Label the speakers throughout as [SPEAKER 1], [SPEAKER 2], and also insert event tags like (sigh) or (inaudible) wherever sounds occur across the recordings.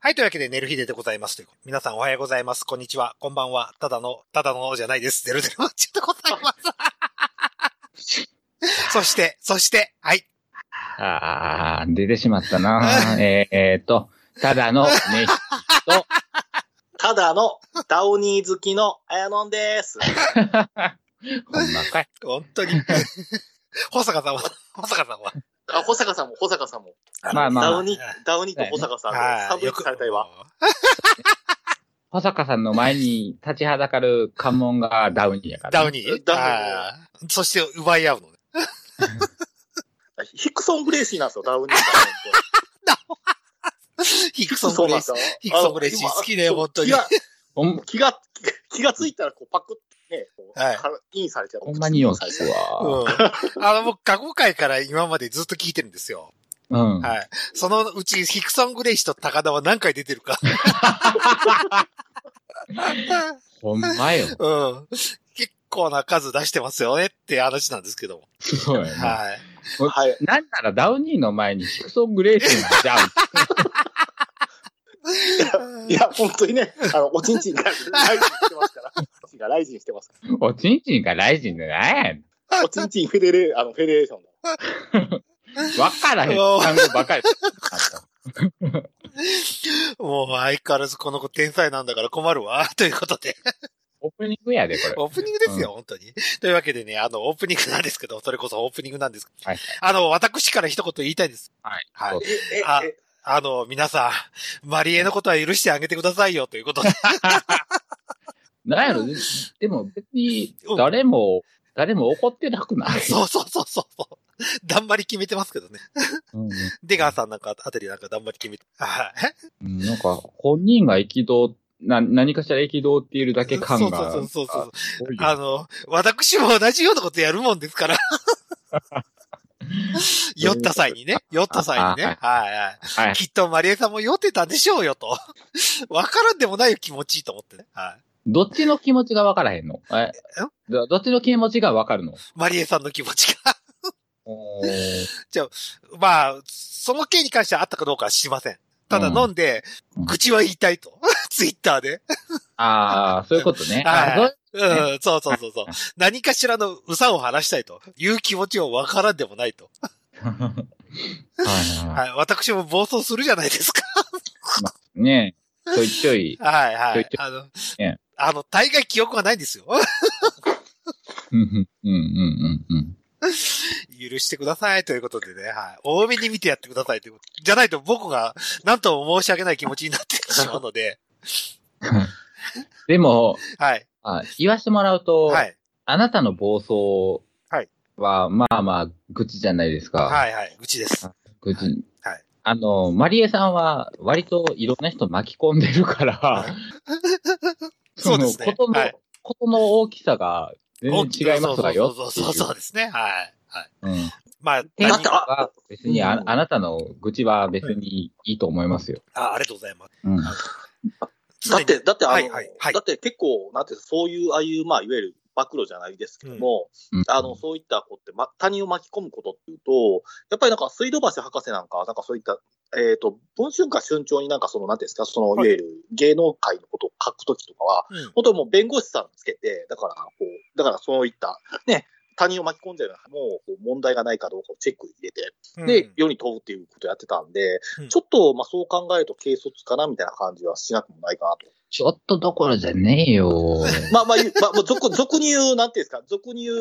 [SPEAKER 1] はい、というわけで、寝る日ででございますということで。皆さんおはようございます。こんにちは。こんばんは。ただの、ただのじゃないです。ゼロゼロマッチでござい
[SPEAKER 2] (laughs)
[SPEAKER 1] ます。そして、そして、はい。
[SPEAKER 3] あー、出てしまったな
[SPEAKER 1] (laughs)
[SPEAKER 3] えーえーと、ただの飯と、
[SPEAKER 2] ただのダウニー好きのあやのんです。
[SPEAKER 3] ほんまかい。
[SPEAKER 1] 本当に。 (laughs) 保坂さんは、保坂さんは。
[SPEAKER 2] あ、保坂さんも保坂さんも。
[SPEAKER 3] まあま
[SPEAKER 2] ダ
[SPEAKER 3] あ
[SPEAKER 2] ウ、ニー、ダウニーと保坂さんでサブリックされたいわ。。
[SPEAKER 3] 保坂さんの前に立ちはだかる関門がダウニーやから
[SPEAKER 1] ダ
[SPEAKER 3] ね、
[SPEAKER 1] ウニー。
[SPEAKER 2] ダウニー
[SPEAKER 1] あーそして、奪い合うのね。
[SPEAKER 2] ヒクソン・グレイシーなんですよ、ダウニーが。
[SPEAKER 1] ヒク
[SPEAKER 2] ヒ
[SPEAKER 1] ソングレイシ
[SPEAKER 2] そう
[SPEAKER 1] ー。
[SPEAKER 2] なんですよ
[SPEAKER 1] ヒクソングレイシー
[SPEAKER 2] あの
[SPEAKER 1] 好きね本当に
[SPEAKER 2] いや
[SPEAKER 3] ほん。
[SPEAKER 2] 気が、気がついたら、こう、パクってね、こう、
[SPEAKER 1] はい
[SPEAKER 2] からインされちゃう。
[SPEAKER 3] ほんまによ
[SPEAKER 2] されち
[SPEAKER 3] くわ。
[SPEAKER 1] うん。あの、僕、過去回から今までずっと聞いてるんですよ。
[SPEAKER 3] うん。
[SPEAKER 1] はい。そのうち、ヒクソン・グレイシーと高田は何回出てる
[SPEAKER 2] (laughs)
[SPEAKER 1] か。(laughs)
[SPEAKER 3] ほんまよ。
[SPEAKER 1] うん。結構な数出してますよねって話なんですけども。
[SPEAKER 3] すごいよね。
[SPEAKER 1] はい。
[SPEAKER 2] ゃうはい。
[SPEAKER 3] なんならダウニーの前にヒクソン・グレーシーがダウ
[SPEAKER 2] いや、本当にね、あの、おちんちんがライジンしてま
[SPEAKER 1] (laughs)
[SPEAKER 2] すから。おちんちんがライジンしてます。
[SPEAKER 3] ニー。おちんちんがライジンでないやね
[SPEAKER 2] おちんちんフェデレ、あの、フェデレーションだ。
[SPEAKER 3] ん。わからへん。
[SPEAKER 1] おー
[SPEAKER 3] 単語ばかり。
[SPEAKER 1] もう相変わらずこの子天才なんだから困る
[SPEAKER 3] (laughs)
[SPEAKER 1] わ。ということで、
[SPEAKER 3] オープニングやで、これ。
[SPEAKER 1] オープニングですよ、
[SPEAKER 3] う
[SPEAKER 1] 本当に。というわけでね、あの、オープニングなんですけど、それこそオープニングなんです。
[SPEAKER 3] はい
[SPEAKER 1] あの、私から一言言いたいです。
[SPEAKER 3] はい。
[SPEAKER 1] はい
[SPEAKER 3] そう
[SPEAKER 2] え、え
[SPEAKER 1] あ、
[SPEAKER 2] え、
[SPEAKER 1] あの、皆さん、マリエのことは許してあげてくださいよ、ということで。
[SPEAKER 3] なんやろ、ででも別に、誰も、誰も怒ってなくない。
[SPEAKER 1] そうそうそうそう。 (laughs) だんまり決めてますけどね。
[SPEAKER 3] うん
[SPEAKER 1] 出川さんなんかあたりなんかだんまり決めて。はい。
[SPEAKER 3] うんなんか、本人が憤っ、な、何かしら憤っているだけ感が。
[SPEAKER 1] そうそうそうそう。
[SPEAKER 3] 多いよ
[SPEAKER 1] あの、私も同じようなことやるもんです
[SPEAKER 3] (laughs)
[SPEAKER 1] から。酔った際にね。酔った際にね。はいは
[SPEAKER 3] はい
[SPEAKER 1] い。。きっとマリエさんも酔ってたでしょうよと。わからんでもないよ気持ちいいと思ってね。はい。
[SPEAKER 3] どっちの気持ちが分からへんのえどどっちの気持ちが分かるの
[SPEAKER 1] マリエさんの気持ちが。 (laughs)
[SPEAKER 3] おー
[SPEAKER 1] まあ、その件に関してはあったかどうかは知りません。ただ
[SPEAKER 3] うん
[SPEAKER 1] 飲んで、
[SPEAKER 3] うん
[SPEAKER 1] 愚痴は言いたいと。 (laughs) ツイッターで。
[SPEAKER 3] ああ、そういうことね。
[SPEAKER 1] はい
[SPEAKER 3] あそう
[SPEAKER 1] うん、そうそう
[SPEAKER 3] (laughs)
[SPEAKER 1] そうそう。何かしらのうさを晴らしたいという気持ちをわからんでもないと。
[SPEAKER 3] はいは
[SPEAKER 1] はい。私も暴走するじゃないですか。
[SPEAKER 3] い。ねえ、ちょいちょい。
[SPEAKER 1] はいは
[SPEAKER 3] と言
[SPEAKER 1] い
[SPEAKER 3] って。
[SPEAKER 1] あの
[SPEAKER 3] ええ、
[SPEAKER 1] あの、大概記憶がないんですよ。 (laughs)
[SPEAKER 3] うんうんうんうんうん。
[SPEAKER 1] 許してくださいということでね、はい。多めに見てやってくださいということ。じゃないと僕が、なんとも申し訳ない気持ちになってしまうの
[SPEAKER 3] (laughs)
[SPEAKER 1] で、
[SPEAKER 3] でも、
[SPEAKER 1] はい。
[SPEAKER 3] あ言わしてもらうと、
[SPEAKER 1] はい。
[SPEAKER 3] あなたの暴走
[SPEAKER 1] はい
[SPEAKER 3] は、まあまあ、愚痴じゃないですか。
[SPEAKER 1] はいはい。愚痴です。
[SPEAKER 3] 愚痴。
[SPEAKER 1] はい
[SPEAKER 3] あの、マリエさんは、割といろんな人巻き込んで
[SPEAKER 1] (laughs)
[SPEAKER 3] るから、
[SPEAKER 1] そうですね
[SPEAKER 3] のことの、
[SPEAKER 1] はい
[SPEAKER 3] ことの大きさが全然違いますわよ。
[SPEAKER 1] そうそうそうそうそうですね。はい。はい。
[SPEAKER 3] うん。
[SPEAKER 1] まあ、
[SPEAKER 3] 天
[SPEAKER 2] だ
[SPEAKER 1] 何
[SPEAKER 2] って
[SPEAKER 3] 気
[SPEAKER 2] あ
[SPEAKER 3] は別にあ
[SPEAKER 2] う、ん
[SPEAKER 3] あなたの愚痴は別にいいと思いますよ。
[SPEAKER 1] あありがとうございます。
[SPEAKER 3] うん。
[SPEAKER 2] だって、だってあの、
[SPEAKER 1] はいはいはい
[SPEAKER 2] だって結構、なんていうのそういう、ああいう、まあ、いわゆる暴露じゃないですけども、
[SPEAKER 3] うん
[SPEAKER 2] あの、、そういった子って、ま、他人を巻き込むことっていうと、やっぱりなんか水道橋博士なんかは、なんかそういった、えっ、と、文春か春潮になんかその、なんていうんですか、その、
[SPEAKER 1] はい
[SPEAKER 2] いわゆる芸能界のことを書くときとかは、
[SPEAKER 1] うん
[SPEAKER 2] 本当にもう弁護士さんつけて、だから、こう、だからそういった、ね、他人を巻き込んじゃうような、もうこう問題がないかどうかをチェック入れて、で、世に問うっていうことをやってたんで、
[SPEAKER 1] うん
[SPEAKER 2] ちょっと、まあそう考えると軽率かなみたいな感じはしなくもないかなと。
[SPEAKER 3] ちょっとどころじゃねえよ。
[SPEAKER 2] まあまあ言う、まあ、まあ俗、俗に言う、なんていうんですか、俗に言う、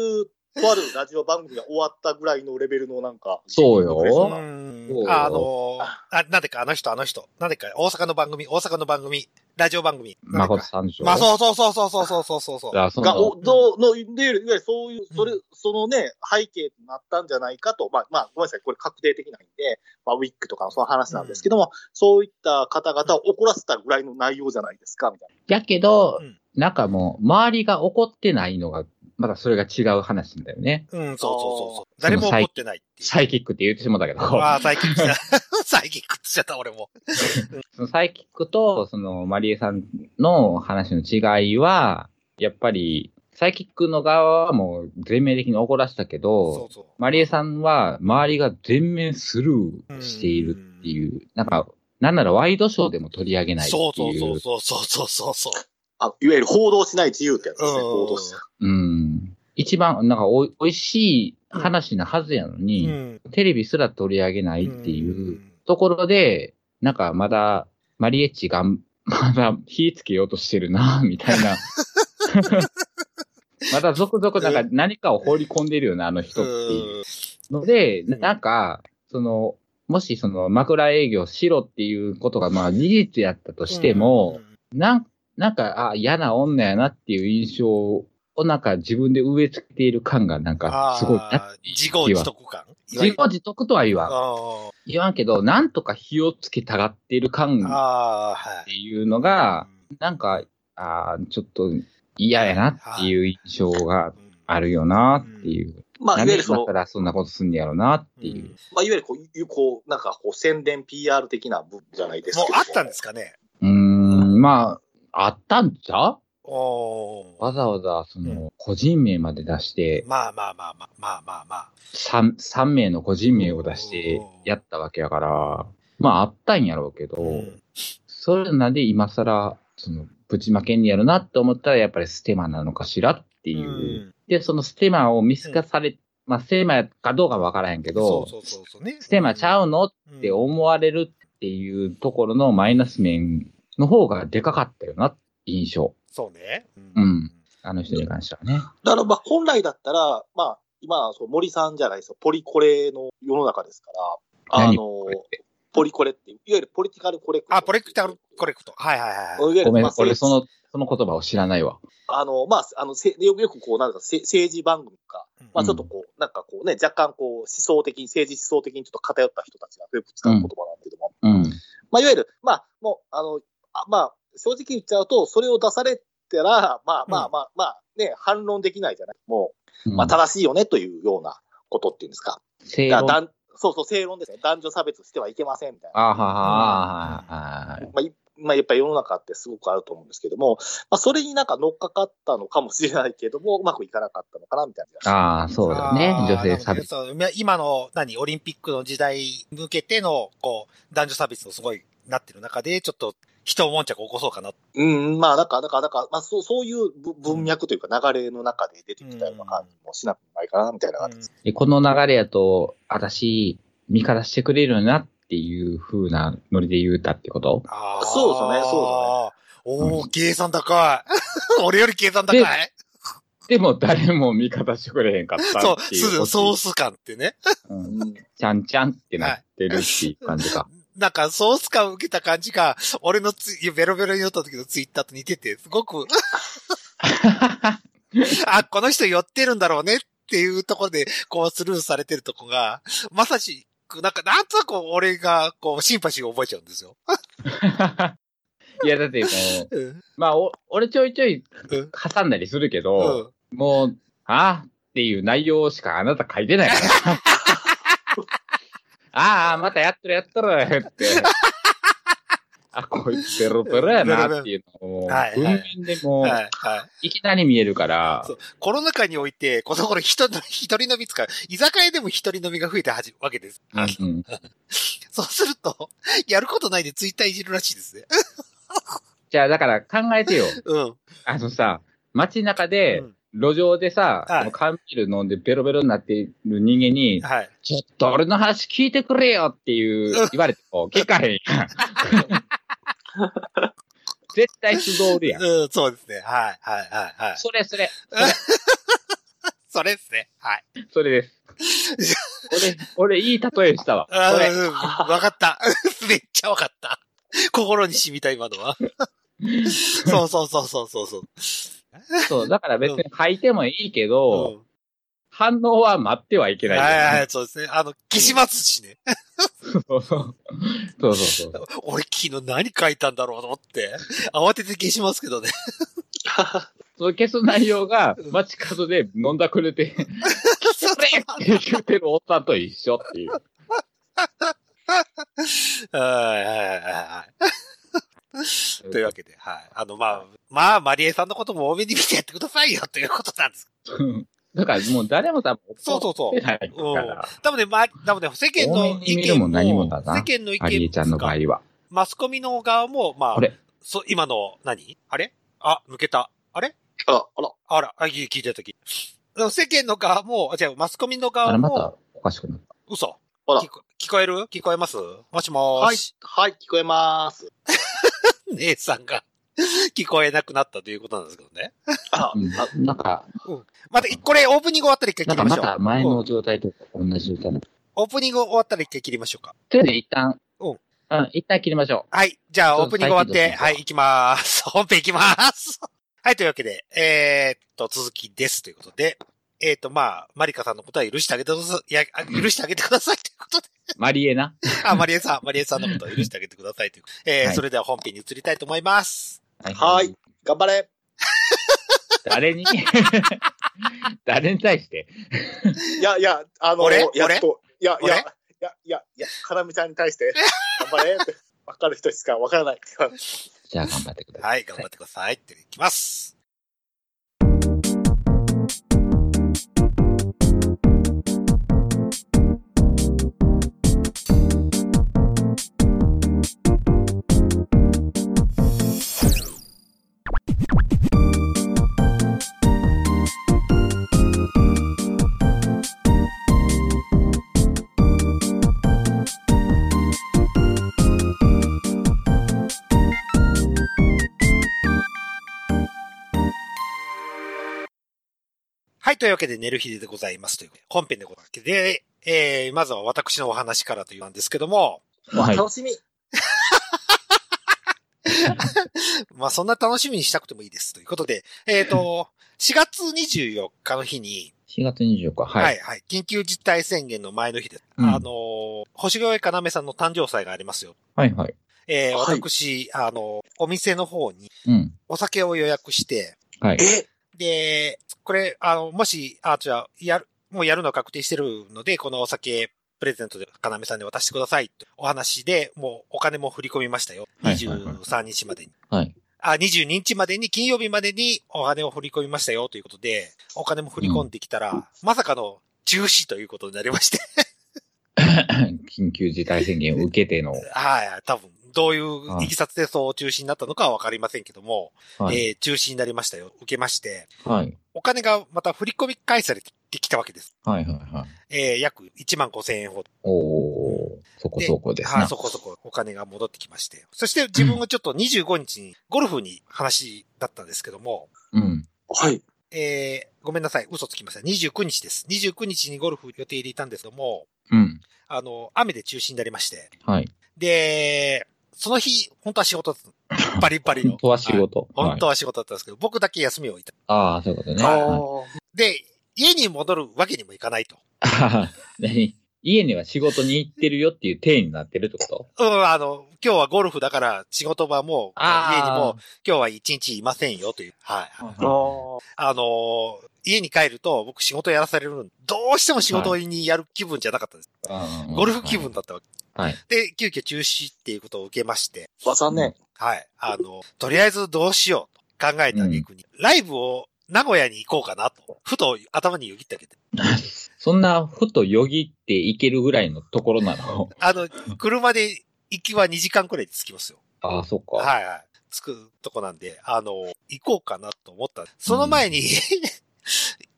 [SPEAKER 2] とあるラジオ番組が終わったぐらいのレベルのなんか。
[SPEAKER 3] そうよ
[SPEAKER 1] う
[SPEAKER 2] そなん
[SPEAKER 1] んあのーあ、なんでかあの人、あの人。なんでか大阪の番組、大阪の番組、ラジオ番組。 (laughs) なんでか
[SPEAKER 3] 誠さんでしょ
[SPEAKER 1] まあ、そうそうそうそうそうそうそうそうそう。
[SPEAKER 3] だからその
[SPEAKER 2] が、お、どう、の、いわゆる、いわゆるそういう、それ、そのね、背景になったんじゃないかと、まあ、まあ、ごめんなさい、これ確定的なんで、まあ、ウィックとかのその話なんですけども、そういった方々を怒らせたぐらいの内容じゃないですか、みたい
[SPEAKER 3] やけど、
[SPEAKER 1] うん
[SPEAKER 3] なんかもう、周りが怒ってないのが、まだそれが違う話なんだよね。
[SPEAKER 1] うん、そうそうそう
[SPEAKER 2] あ
[SPEAKER 1] そ
[SPEAKER 2] ー
[SPEAKER 1] う。誰も怒ってないっていう。
[SPEAKER 3] サイキックって言ってしまったけど、
[SPEAKER 1] ああ、サイキックしちゃった。 (laughs) サイキックしちゃった、俺も。
[SPEAKER 3] そのサイキックと、その、マリエさんの話の違いは、やっぱり、サイキックの側はもう全面的に怒らせたけ
[SPEAKER 1] そ
[SPEAKER 3] ど、
[SPEAKER 1] うそ
[SPEAKER 3] マリエさんは周りが全面スルーしているっていう、なんか、なんならワイドショーでも取り上げないっていう。
[SPEAKER 1] そうそうそうそうそうそうそう。
[SPEAKER 2] あのいわゆる報道しない自由ってやつですね、
[SPEAKER 1] うん
[SPEAKER 2] 報道しない。
[SPEAKER 3] うん。一番、なんかおい、おいしい話なはずやのに、
[SPEAKER 1] ん。。
[SPEAKER 3] テレビすら取り上げないっていううんところで、なんかまだ、マリエッチがん、 (laughs) まだ火つけようとしてるな、みたいな。 (laughs) まだ続々なんか何かを放り込んでるよな、あの人っていうので、
[SPEAKER 1] うん
[SPEAKER 3] なんか、その、もしその枕営業しろっていうことがまあ事実やったとしても、なんなんか、あ、嫌な女やなっていう印象をなんか自分で植え付けている感がなんか
[SPEAKER 1] あ
[SPEAKER 3] すごい。
[SPEAKER 1] あー、自業自得感
[SPEAKER 3] 自業自得とは言わん。
[SPEAKER 1] あ
[SPEAKER 3] 言わんけど、なんとか火をつけたがってる感
[SPEAKER 1] ー
[SPEAKER 3] っ
[SPEAKER 1] あー、は
[SPEAKER 3] て
[SPEAKER 1] い。
[SPEAKER 3] いうのが、なんか、あーちょっと嫌やなっていう印象が
[SPEAKER 1] うん、
[SPEAKER 3] あるよなっていう。
[SPEAKER 2] まあ、
[SPEAKER 3] な
[SPEAKER 2] い
[SPEAKER 3] ん
[SPEAKER 2] わゆ
[SPEAKER 3] で
[SPEAKER 2] るそ
[SPEAKER 3] だっ
[SPEAKER 2] の
[SPEAKER 3] た、らそんなことすんねやろなっていう。
[SPEAKER 2] まあ、いわゆるこういう、こう、なんかこう、宣伝 PR 的な部分じゃないです
[SPEAKER 1] もう
[SPEAKER 2] けど。
[SPEAKER 1] あったんですかね
[SPEAKER 3] うーん、まあ、あったんちゃ
[SPEAKER 1] お
[SPEAKER 3] う
[SPEAKER 1] ー
[SPEAKER 3] わざわざ、そうの、個人名まで出して、
[SPEAKER 1] まあまあまあまあまあまあまあ。
[SPEAKER 3] 3、三名の個人名を出してやったわけやから、まあ、あったんやろうけど、
[SPEAKER 1] うん
[SPEAKER 3] それなんで今更、その、ぶちまけんねやろなって思ったら、やっぱりステマなのかしらっていう。
[SPEAKER 1] うん
[SPEAKER 3] で、そのステマを見透かされ、まあ、ステマかどうかわからへんけ
[SPEAKER 1] そ
[SPEAKER 3] ど
[SPEAKER 1] う、そうそうそうね。
[SPEAKER 3] ステマちゃうのっ
[SPEAKER 1] うん
[SPEAKER 3] て思われるっていうところのマイナス面の方がでかかったよな、印象。
[SPEAKER 1] そうね。う
[SPEAKER 3] うん。あの人に関してはね。
[SPEAKER 2] だからまあ本来だったら、まあ、今、そう森さんじゃないですか、ポリコレの世の中ですから、あ
[SPEAKER 3] 何
[SPEAKER 2] の、ポリコレって、いわゆるポリティカルコレクト。
[SPEAKER 1] あ、ポレクタルコレクト。はいはいはい
[SPEAKER 2] い
[SPEAKER 1] はい。
[SPEAKER 2] わゆる
[SPEAKER 3] ごめん
[SPEAKER 2] まあ、、
[SPEAKER 3] 俺
[SPEAKER 2] 政治
[SPEAKER 3] その、その言葉を知らないわ。
[SPEAKER 2] あの、まあ、あの、せよくよくこう、なんか、せ政治番組とか、まあちょっとこう、なんかこうね、若干こう、思想的に、政治思想的にちょっと偏った人たちがよく使う言葉なんだけども、
[SPEAKER 3] うん。
[SPEAKER 2] まあ、いわゆる、まあ、もう、あの、あまあ、正直言っちゃうと、それを出されたら、まあまあまあ、まあ、ね、反論できないじゃない。もう、まあ、正しいよねというようなことっていうんですか。
[SPEAKER 3] 正
[SPEAKER 2] だ
[SPEAKER 3] 論。
[SPEAKER 2] か
[SPEAKER 3] あ
[SPEAKER 2] らだんそうそう、正論ですね。男女差別してはいけませんみたいな。
[SPEAKER 3] ははは
[SPEAKER 2] まあいまあ、やっぱり世の中ってすごくあると思うんですけども、まあ、それになんか乗っかかったのかもしれないけども、う (laughs) まくいかなかったのかなみたいな。
[SPEAKER 3] ああ、そうだね。
[SPEAKER 1] あー
[SPEAKER 3] 女性差別。
[SPEAKER 1] なるほどねそう今の、何、オリンピックの時代に向けての、こう、男女差別のすごいなってる中で、ちょっと、人悶着を起こそうかな。
[SPEAKER 2] うん、まあ、なんか、なんか、なんか、まあ、そう、そういうぶ文脈というか流れの中で出てきたような感じもしなくもないかな、みたいな感じです。
[SPEAKER 3] でこの流れやと、私、味方してくれるよなっていう風なノリで言うたってこと
[SPEAKER 1] あ
[SPEAKER 2] そうですね
[SPEAKER 1] うですね。おー、計算高い。 (laughs) 俺より計算高い
[SPEAKER 3] で。でも誰も味方してくれへんかった
[SPEAKER 1] そう、
[SPEAKER 3] ってい
[SPEAKER 1] す
[SPEAKER 3] う。
[SPEAKER 1] ソース感ってね。
[SPEAKER 3] うん
[SPEAKER 2] うん (laughs)
[SPEAKER 3] ちゃんちゃんってなってるっていう感じか。
[SPEAKER 1] なんか、ソース感を受けた感じが、俺のツイ、ベロベロに酔った時のツイッターと似てて、すごく、あ、 (laughs) この人寄ってるんだろうねっていうところで、こうスルーされてるとこが、まさしく、なんか、なんとなく俺が、こう、シンパシーを覚えちゃうんですよ。
[SPEAKER 3] (laughs) いや、だってもう、
[SPEAKER 1] うん。
[SPEAKER 3] まあ、お俺ちょいちょい
[SPEAKER 1] うん
[SPEAKER 3] 挟んだりするけ
[SPEAKER 1] う
[SPEAKER 3] ど、
[SPEAKER 1] ん。
[SPEAKER 3] もう、ああっていう内容しかあなた書いてないから。
[SPEAKER 1] (laughs)
[SPEAKER 3] ああ、またやっとるやっとるって。あ、こいつベロベロやなっていうのを、
[SPEAKER 1] はい
[SPEAKER 3] 文
[SPEAKER 1] はい
[SPEAKER 3] 面でも
[SPEAKER 1] は
[SPEAKER 3] う
[SPEAKER 1] い、はい。
[SPEAKER 3] いきなり見えるから
[SPEAKER 1] そ、うコロナ禍において、この頃人の、 (laughs) 一人飲みつか、居酒屋でも一人飲みが増えたはじわけです。
[SPEAKER 3] うん
[SPEAKER 1] そうすると、やることないでツイッターいじるらしいですね。
[SPEAKER 3] じゃあだから考えてよ。
[SPEAKER 1] うん。
[SPEAKER 3] あのさ、街中で
[SPEAKER 1] うん、
[SPEAKER 3] 路上でさ、
[SPEAKER 1] はい
[SPEAKER 3] その缶ビール飲んでベロベロになっている人間に、
[SPEAKER 1] はい。
[SPEAKER 3] ちょっと俺の話聞いてくれよっていう
[SPEAKER 1] うん、
[SPEAKER 3] 言われても聞かへん
[SPEAKER 1] (laughs)
[SPEAKER 3] やん。絶対素通りやん。
[SPEAKER 1] うん、そうですね。はい、はい、はい、はい。
[SPEAKER 3] それそれ、
[SPEAKER 1] それですね。はい。
[SPEAKER 3] それです。俺、俺いい例えしたわ。
[SPEAKER 1] あ
[SPEAKER 3] それ。
[SPEAKER 1] ーうんわかった。 (laughs) めっちゃわかった。心に染みた、今の
[SPEAKER 3] (laughs)
[SPEAKER 1] は。そうそうそうそうそうそう。
[SPEAKER 3] そう、だから別に吐いてもいいけど、
[SPEAKER 1] うん
[SPEAKER 3] 反応は待ってはいけ
[SPEAKER 1] は
[SPEAKER 3] ないいよね。
[SPEAKER 1] はいはい、そうですね。あの、消しますしね。
[SPEAKER 3] (laughs) そうそうそうそうそう。
[SPEAKER 1] 俺昨日何書いたんだろうと思って、慌てて消しますけどね。
[SPEAKER 3] その消す内容が
[SPEAKER 1] うん、
[SPEAKER 3] 街角で飲んだく
[SPEAKER 1] (laughs)
[SPEAKER 3] れて、 (laughs) それって言ってるおっさんと一緒っていう。
[SPEAKER 1] はいはいはいはい。というわけで、はい。あの、まあ、まあ、マリエさんのことも多めに見てやってくださいよ、ということなんです。
[SPEAKER 3] うんだからもう誰も多分、
[SPEAKER 1] そうそうそう
[SPEAKER 3] 怒ってないから。
[SPEAKER 1] 多分ね、まあ、多分ね、世間の
[SPEAKER 3] 多めに
[SPEAKER 1] 意
[SPEAKER 3] 見る
[SPEAKER 1] 見
[SPEAKER 3] も
[SPEAKER 1] も、
[SPEAKER 3] 何もだな
[SPEAKER 1] 世間の意見
[SPEAKER 3] アリエちゃんの場合は。
[SPEAKER 1] マスコミの側も、まあ、
[SPEAKER 3] あれ
[SPEAKER 1] そう、今の何あれあ、抜けた。あれ
[SPEAKER 2] あ、あら。
[SPEAKER 1] あら、あ、聞いてた時。でも世間の側も、あ、違う、マスコミの
[SPEAKER 3] あ
[SPEAKER 1] 側
[SPEAKER 3] れま
[SPEAKER 1] も、
[SPEAKER 3] たおかしくなった。
[SPEAKER 1] 嘘。
[SPEAKER 2] あら
[SPEAKER 1] 聞こ聞こえる聞こえますもしもー
[SPEAKER 2] はい
[SPEAKER 1] し。、
[SPEAKER 2] はい、聞こえます。
[SPEAKER 1] 姉さんが (laughs) 聞こえなくなったということなんですけどね。
[SPEAKER 2] あ
[SPEAKER 3] う、ん
[SPEAKER 2] あ
[SPEAKER 3] なんか、
[SPEAKER 1] また、これオープニング終わったら一回
[SPEAKER 3] な
[SPEAKER 1] 切
[SPEAKER 3] ん
[SPEAKER 1] りま
[SPEAKER 3] かま
[SPEAKER 1] しょう。
[SPEAKER 3] た前の状態と同じ状態なの。
[SPEAKER 1] オープニング終わったら一回切りましょうか。
[SPEAKER 3] とりあえず一旦、
[SPEAKER 1] うん
[SPEAKER 3] うん、一旦切りましょ
[SPEAKER 1] はい。じゃあ、
[SPEAKER 3] ちょっと
[SPEAKER 1] オープニング終わって、
[SPEAKER 3] 再起動しましょう
[SPEAKER 1] はい、行きまーす。 (laughs) 本編行きまーす。 (laughs) はい、というわけで、えー、っと、続きですということで、えー、っと、まあ、マリカさんのことは許してあげてください。いや、あ許してあげてくださいということで、
[SPEAKER 3] う。マリエな。
[SPEAKER 1] あ、マリエさん、マリエさんのことは許してあげてくださいという。えー
[SPEAKER 3] はい
[SPEAKER 1] それでは本編に移りたいと思います。
[SPEAKER 2] はい。頑張れ。
[SPEAKER 3] 誰に (laughs) 誰に対して
[SPEAKER 2] いやいや、あの、
[SPEAKER 1] 俺
[SPEAKER 2] やっと、いやいや、
[SPEAKER 1] 俺
[SPEAKER 2] いやいや、いや、かなみちゃんに対して、 (laughs) 頑張れって、わかる人しかわからない。
[SPEAKER 3] じゃあ頑張ってください。
[SPEAKER 1] はい、頑張ってください。って、いきます。はい、というわけで、寝る日でございます。という本編でございます。で、えー、まずは私のお話からというなんですけども、
[SPEAKER 3] はい
[SPEAKER 2] 楽しみ。
[SPEAKER 1] まあ、そんな楽しみにしたくてもいいです。ということ
[SPEAKER 3] (laughs)
[SPEAKER 1] で、えっ、と、4月24日の日に、
[SPEAKER 3] 4月24日、
[SPEAKER 1] は、
[SPEAKER 3] はいい。
[SPEAKER 1] はい、緊急事態宣言の前の日です。
[SPEAKER 3] うん
[SPEAKER 1] あのー、星越かなめさんの誕生祭がありますよ。
[SPEAKER 3] はいはい。
[SPEAKER 1] えー、
[SPEAKER 2] はい
[SPEAKER 1] 私、あのー、お店の方に
[SPEAKER 3] うん。
[SPEAKER 1] お酒を予約して、
[SPEAKER 3] はい。
[SPEAKER 2] え、
[SPEAKER 1] で、これ、あの、もし、あ、じゃあ、やる、もうやるのは確定してるので、このお酒、プレゼントで、かなめさんに渡してください。お話で、もうお金も振り込みましたよ。
[SPEAKER 3] はいはいはい
[SPEAKER 1] 23日までに。
[SPEAKER 3] はい。 (coughs)
[SPEAKER 1] あ、22日までに、金曜日までにお金を振り込みましたよ、ということで、お金も振り込んできたら、まさかの中止ということになりまして。 (laughs)
[SPEAKER 3] 緊急事態宣言を受けての。
[SPEAKER 1] はい、多分、どういういきさつでそう中止になったのかはわかりませんけども、
[SPEAKER 3] は
[SPEAKER 1] え
[SPEAKER 3] い。
[SPEAKER 1] ー中止になりましたよ。受けまして、
[SPEAKER 3] はい。
[SPEAKER 1] お金がまた振り込み返されてきたわけです。
[SPEAKER 3] はいはいはい。
[SPEAKER 1] えー約1万5千円ほど。
[SPEAKER 3] おー、そこそこです
[SPEAKER 1] はい、
[SPEAKER 3] な。
[SPEAKER 1] そこそこお金が戻ってきまして。そして自分がちょっと25日にゴルフに話だったんですけども、
[SPEAKER 3] うん。
[SPEAKER 2] はい。
[SPEAKER 1] えーごめんなさい、嘘つきました。29日です。29日にゴルフ予定でいたんですけども、
[SPEAKER 3] うん。
[SPEAKER 1] あの、雨で中止になりまして。
[SPEAKER 3] はい。
[SPEAKER 1] で、その日、本当は仕事だった、バリバリの。
[SPEAKER 3] (laughs) 本当は仕
[SPEAKER 1] はい
[SPEAKER 3] 事。は
[SPEAKER 1] 本
[SPEAKER 3] い
[SPEAKER 1] 当。は仕事だったんですけど、僕だけ休みをいた。
[SPEAKER 3] ああ、そういうことね。
[SPEAKER 2] あ
[SPEAKER 3] はい
[SPEAKER 2] ー
[SPEAKER 1] で、家に戻るわけにもいかないと。
[SPEAKER 3] あはは (laughs) 何家には仕事に行ってるよっていう体になってるってこと
[SPEAKER 1] うん、あの、今日はゴルフだから仕事場も、家にも
[SPEAKER 3] あ、
[SPEAKER 1] 今日は一日いませんよという。はい。
[SPEAKER 2] あー。
[SPEAKER 1] あのー家に帰ると僕仕事やらされるんどうしても仕事にやる気分じゃなかったです。
[SPEAKER 3] うん
[SPEAKER 1] ゴルフ気分だったわけ。
[SPEAKER 3] はい。
[SPEAKER 1] で、急遽中止っていうことを受けまして、
[SPEAKER 2] わざね。
[SPEAKER 1] はい。あの、とりあえずどうしようと考えた挙句に、ライブを名古屋に行こうかなと、ふと頭によぎったわけで。
[SPEAKER 3] (laughs) そんな、ふとよぎっていけるぐらいのところなの (laughs)
[SPEAKER 1] あの、車で行きは2時間くらいで着きますよ。
[SPEAKER 3] ああ、そっか。
[SPEAKER 1] はいはい。着くとこなんで、あの、行こうかなと思った。その前に、 (laughs)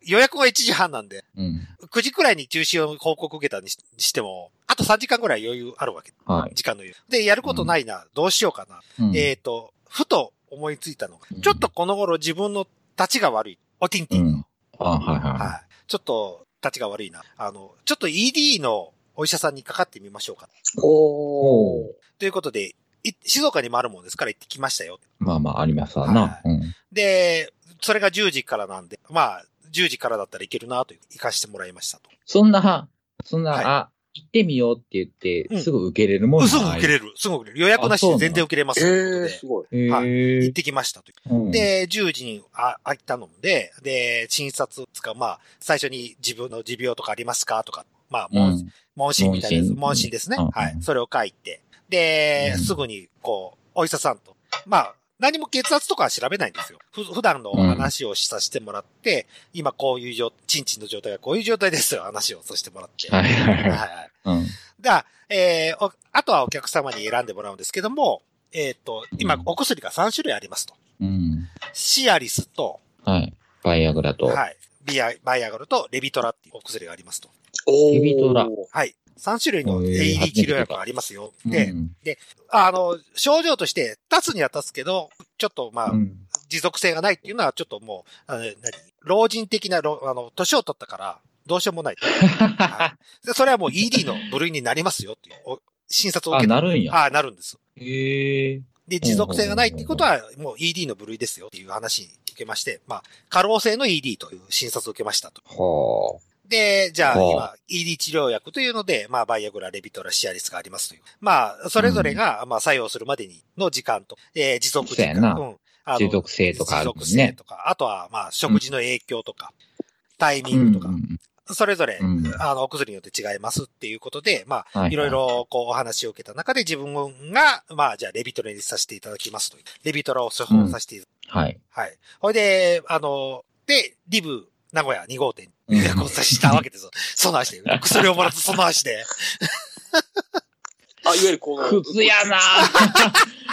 [SPEAKER 1] 予約が1時半なんで、
[SPEAKER 3] うん。
[SPEAKER 1] 9時くらいに中止を報告受けたにしにしても、あと3時間くらい余裕あるわけ。
[SPEAKER 3] はい。
[SPEAKER 1] 時間の余裕。で、やることないな、どうしようかな。
[SPEAKER 3] うん
[SPEAKER 1] えっ、と、ふと思いついたのが、
[SPEAKER 3] うん
[SPEAKER 1] ちょっとこの頃自分の立ちが悪い。おティンテ
[SPEAKER 3] う
[SPEAKER 1] ィン。
[SPEAKER 3] ん。ああはいは
[SPEAKER 1] はい。ちょっと立ちが悪いな。あの、ちょっと ED のお医者さんにかかってみましょうか。
[SPEAKER 2] おおー。
[SPEAKER 1] ということで、い静岡にもあるもんですから行ってきましたよ。
[SPEAKER 3] い。まあまあ、ありますわな
[SPEAKER 1] は。
[SPEAKER 3] うん。
[SPEAKER 1] で、それが10時からなんで、まあ、10時からだったらいけるなという、行かしてもらいましたと。
[SPEAKER 3] そんな、そんな、
[SPEAKER 1] はい
[SPEAKER 3] あ、行ってみようって言っ
[SPEAKER 1] うん
[SPEAKER 3] て、すぐ受けれるもん
[SPEAKER 1] すぐ受け
[SPEAKER 3] れ
[SPEAKER 1] れる。すぐ受けれる。予約なしで全然受けれます。ということで
[SPEAKER 2] ええ、
[SPEAKER 1] す
[SPEAKER 2] ごい。
[SPEAKER 3] る
[SPEAKER 1] は
[SPEAKER 3] へ
[SPEAKER 1] 行
[SPEAKER 3] え
[SPEAKER 1] ってきましたと。
[SPEAKER 3] うん。
[SPEAKER 1] で、10時にああったので、で、診察つか、まあ、最初に自分の持病とかありますかとか、まあ、
[SPEAKER 3] う
[SPEAKER 1] 問,、
[SPEAKER 3] ん、
[SPEAKER 1] 問診みたいなやつ、
[SPEAKER 3] 問診
[SPEAKER 1] 問診ですね。
[SPEAKER 3] うん
[SPEAKER 1] はい。それを書いて。で、
[SPEAKER 3] うん
[SPEAKER 1] すぐに、こう、お医者さんと、まあ、何も血圧とかは調べないんですよ。ふ普段の話をさせてもらって、今こういう状、チンチンの状態がこういう状態ですよ、話をさせてもらって。
[SPEAKER 3] はいは
[SPEAKER 1] は
[SPEAKER 3] いはい
[SPEAKER 1] はい。
[SPEAKER 3] い。うん。
[SPEAKER 1] が、えーおあとはお客様に選んでもらうんですけども、えっ、と、今
[SPEAKER 3] うん、
[SPEAKER 1] お薬が3種類ありますと。
[SPEAKER 3] うん。
[SPEAKER 1] シアリスと、
[SPEAKER 3] はい。バイアグラと。
[SPEAKER 1] はい、ビア、バイアガルとレビトラっていうお薬がありますと。
[SPEAKER 2] おー
[SPEAKER 3] エビトラ
[SPEAKER 1] はい。3種類の
[SPEAKER 3] へー
[SPEAKER 1] AED 治療薬がありますよ。
[SPEAKER 3] うん
[SPEAKER 1] で、あの、症状として、立つには立つけど、ちょっとまあ
[SPEAKER 3] う、ん。
[SPEAKER 1] 持続性がないっていうのは、ちょっともう、あの何老人的な、ろあの、年を取ったから、どうしようもない。
[SPEAKER 3] (laughs)
[SPEAKER 1] はでそれはもう ED の部類になりますよっていう、お診察を受け
[SPEAKER 3] あ、
[SPEAKER 1] た。
[SPEAKER 3] なるんや。
[SPEAKER 1] ああ、なるんです。
[SPEAKER 3] へえ。
[SPEAKER 1] で、持続性がないっていうことは、もう ED の部類ですよっていう話受けまして、まあ、過労性の ED という診察を受けましたと。
[SPEAKER 3] は
[SPEAKER 1] で、じゃあ
[SPEAKER 3] は
[SPEAKER 1] 今、ED 治療薬というので、まあ、バイアグラ、レビトラ、シアリスがありますという。まあ、それぞれが、まあ、作用するまでにの時間と、えー持続時
[SPEAKER 3] そうや
[SPEAKER 1] 間。
[SPEAKER 3] な
[SPEAKER 1] うん。あ
[SPEAKER 3] あ。
[SPEAKER 1] の
[SPEAKER 3] 持続性とかあるも
[SPEAKER 1] 持
[SPEAKER 3] ん
[SPEAKER 1] 続性
[SPEAKER 3] ね。
[SPEAKER 1] とか、あとは、まあ、食事の影響とか、タイミ
[SPEAKER 3] う
[SPEAKER 1] ン
[SPEAKER 3] ん
[SPEAKER 1] グとか、それぞれ、
[SPEAKER 3] うん
[SPEAKER 1] あの、お薬によって違いますっていうことで、まあ、
[SPEAKER 3] はい
[SPEAKER 1] ろい。ろこうお話を受けた中で自分が、まあじゃあレビトラにさせていただきますという。レビトラを処方させていただ
[SPEAKER 3] はい。
[SPEAKER 1] く、はい。ほいで、あの、で、リブ、名古屋2号店
[SPEAKER 3] うん
[SPEAKER 1] に交差したわけ
[SPEAKER 3] (laughs)
[SPEAKER 1] ですよ。その足で。薬をもらってその足で。
[SPEAKER 2] あ、いわゆるこの。
[SPEAKER 3] クズやなぁ
[SPEAKER 2] (laughs)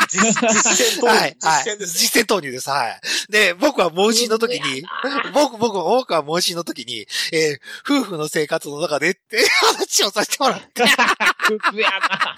[SPEAKER 1] (laughs)
[SPEAKER 2] 実実践と、
[SPEAKER 1] はい。はい
[SPEAKER 2] 実践。ですね。
[SPEAKER 1] 実践投入です。はい。で、僕は問診の時に、僕、僕、僕は問診の時に、えー夫婦の生活の中でって話をさせてもらって、
[SPEAKER 3] クズやな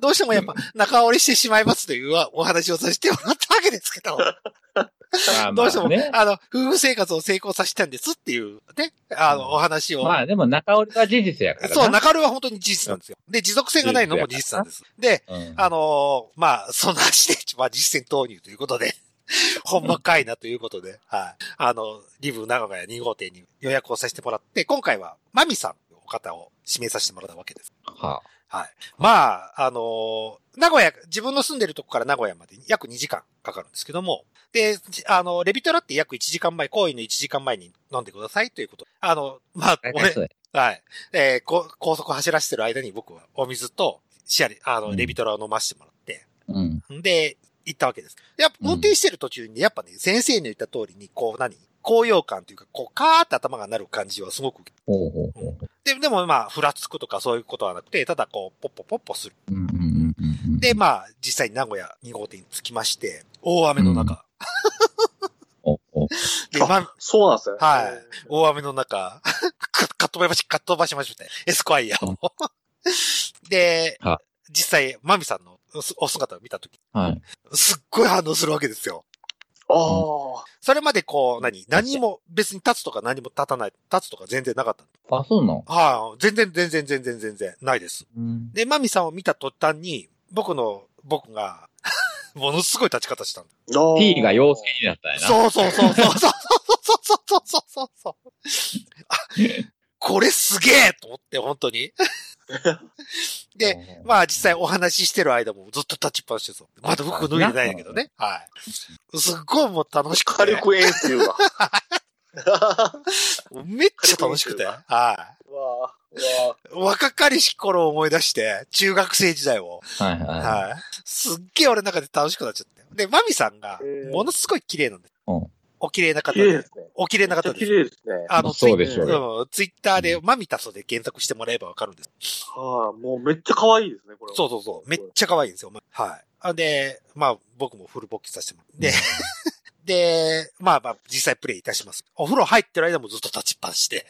[SPEAKER 1] どうしてもやっぱ仲折りしてしまいますというお話をさせてもらったわけですけど。
[SPEAKER 3] ぁまあまあね
[SPEAKER 1] どうしても、あの、夫婦生活を成功させたんですっていうね、あ
[SPEAKER 3] うん
[SPEAKER 1] の、お話を。
[SPEAKER 3] まあでも中折りは事実やからな。
[SPEAKER 1] そう、中るは本当に事実なんですよ。で、持続性がないのも事実なんです。で、
[SPEAKER 3] うん。
[SPEAKER 1] あのーまあ、そんな話で、まあ、実践投入ということで、 (laughs) ほんまかいなということで、はい。あの、リブ長屋2号店に予約をさせてもらって、今回は、マミさんのお方を指名させてもらったわけです。
[SPEAKER 3] は
[SPEAKER 1] はい。まあ、あのー名古屋、自分の住んでるとこから名古屋まで約2時間かかるんですけども、で、あの、レビトラって約1時間前、行為の1時間前に飲んでくださいということ。あの、まあ、
[SPEAKER 3] あ。
[SPEAKER 1] 俺、はい。えーこ高速走らせてる間に僕はお水とシアリ、あ
[SPEAKER 3] う
[SPEAKER 1] の、
[SPEAKER 3] ん
[SPEAKER 1] レビトラを飲ませてもらって、
[SPEAKER 3] うん。
[SPEAKER 1] んで、行ったわけです。やっぱ、
[SPEAKER 3] うん
[SPEAKER 1] 運転してる途中に、やっぱね、先生の言った通りに、こう何高揚感というか、こう、カーって頭がなる感じはすごく受け
[SPEAKER 3] ほうほうほう。
[SPEAKER 1] で、でもまあ、ふらつくとかそういうことはなくて、ただこう、ポッポポッポする。
[SPEAKER 3] うんうんうんうん。
[SPEAKER 1] で、まあ、実際に名古屋2号店に着きまして、大雨の中。
[SPEAKER 3] おお
[SPEAKER 1] で、
[SPEAKER 2] あ
[SPEAKER 1] まあ、
[SPEAKER 2] そうなんですね。
[SPEAKER 1] はい大雨の中、かかっ飛ばしまし、かっ飛ばしましょうね。エスコアイアを。で
[SPEAKER 3] は、
[SPEAKER 1] 実際、マミさんのおすお姿を見たとき、
[SPEAKER 3] はい。
[SPEAKER 1] すっごい反応するわけですよ。
[SPEAKER 2] ああ。
[SPEAKER 1] それまでこう、何何も、別に立つとか何も立たない、立つとか全然なかった。
[SPEAKER 3] あ、そうなの
[SPEAKER 1] はい、全然、全然、全然、全然、ないです。
[SPEAKER 3] うん。
[SPEAKER 1] で、マミさんを見た途端に、僕の、僕が、 (laughs) ものすごい立ち方したんだ。
[SPEAKER 3] P が陽性になったんやな。
[SPEAKER 1] そうそうそうそうそうそうそうそうそうそうあこれすげえと思って、本当に。で、
[SPEAKER 3] で
[SPEAKER 1] まあ実際お話ししてる間もずっと立ちっぱなしですよ。まだ服脱いでないんだけどね。はい。すっごいもう楽しく
[SPEAKER 2] 火
[SPEAKER 1] て、
[SPEAKER 2] 力演習
[SPEAKER 1] (laughs)
[SPEAKER 2] が。 (laughs)
[SPEAKER 1] めっちゃ楽しくて。
[SPEAKER 2] 火力
[SPEAKER 1] は
[SPEAKER 2] うわあうわ
[SPEAKER 1] い。若かりし頃を思い出して、中学生時代を。
[SPEAKER 3] はいはい。
[SPEAKER 1] はい。すっげえ俺の中で楽しくなっちゃったよ。で、マミさんが
[SPEAKER 2] え、ー
[SPEAKER 1] ものすごい綺麗なんです。
[SPEAKER 3] うん
[SPEAKER 1] お綺麗な
[SPEAKER 2] あ
[SPEAKER 1] 方
[SPEAKER 2] 綺麗で
[SPEAKER 1] で。
[SPEAKER 2] すね。
[SPEAKER 1] お綺麗な
[SPEAKER 2] め
[SPEAKER 1] 方
[SPEAKER 2] っちゃ
[SPEAKER 1] で
[SPEAKER 2] 綺
[SPEAKER 1] す。
[SPEAKER 2] 麗ですね。
[SPEAKER 1] あ
[SPEAKER 3] まあ
[SPEAKER 1] の、
[SPEAKER 3] そう
[SPEAKER 1] ツイ
[SPEAKER 3] でしょうよ。
[SPEAKER 1] うんツイッターで、マミタソで検索してもらえばわかるんです。
[SPEAKER 2] はい。もうめっちゃ可愛いですね、これは。
[SPEAKER 1] そうそうそう。めっちゃ可愛いんですよ。まはい。あで、まあ、僕もフル勃起させてもらって。で、まあまあ、実際プレイいたします。お風呂入ってる間もずっと立ちっぱなしで。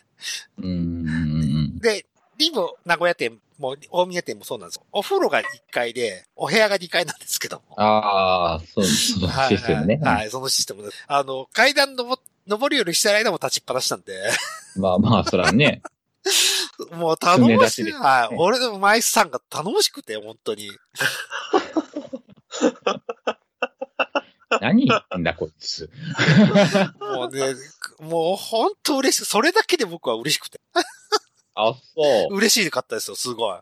[SPEAKER 3] うんうんうん。
[SPEAKER 1] で、リブ、名古屋店も、大宮店もそうなんですよ。お風呂が1階で、お部屋が2階なんですけども。
[SPEAKER 3] ああ、そう、そのシステムね。
[SPEAKER 1] はいはい、はい、そのシステムです。あの、階段登登り降りしてる間も立ちっぱなしなんで、 (laughs)
[SPEAKER 3] まあまあ、そらね。
[SPEAKER 1] もう頼
[SPEAKER 3] 常
[SPEAKER 1] も
[SPEAKER 3] 立
[SPEAKER 1] し
[SPEAKER 3] ち
[SPEAKER 1] い。
[SPEAKER 3] です
[SPEAKER 1] はい。俺でもマイスさんが頼もしくて、本当に。
[SPEAKER 3] 何言ってんだ、こいつ。
[SPEAKER 1] もうね、 (laughs) もう本当嬉しく、それだけで僕は嬉しくて。
[SPEAKER 3] あ、そう。
[SPEAKER 1] 嬉しかったですよ、すごい。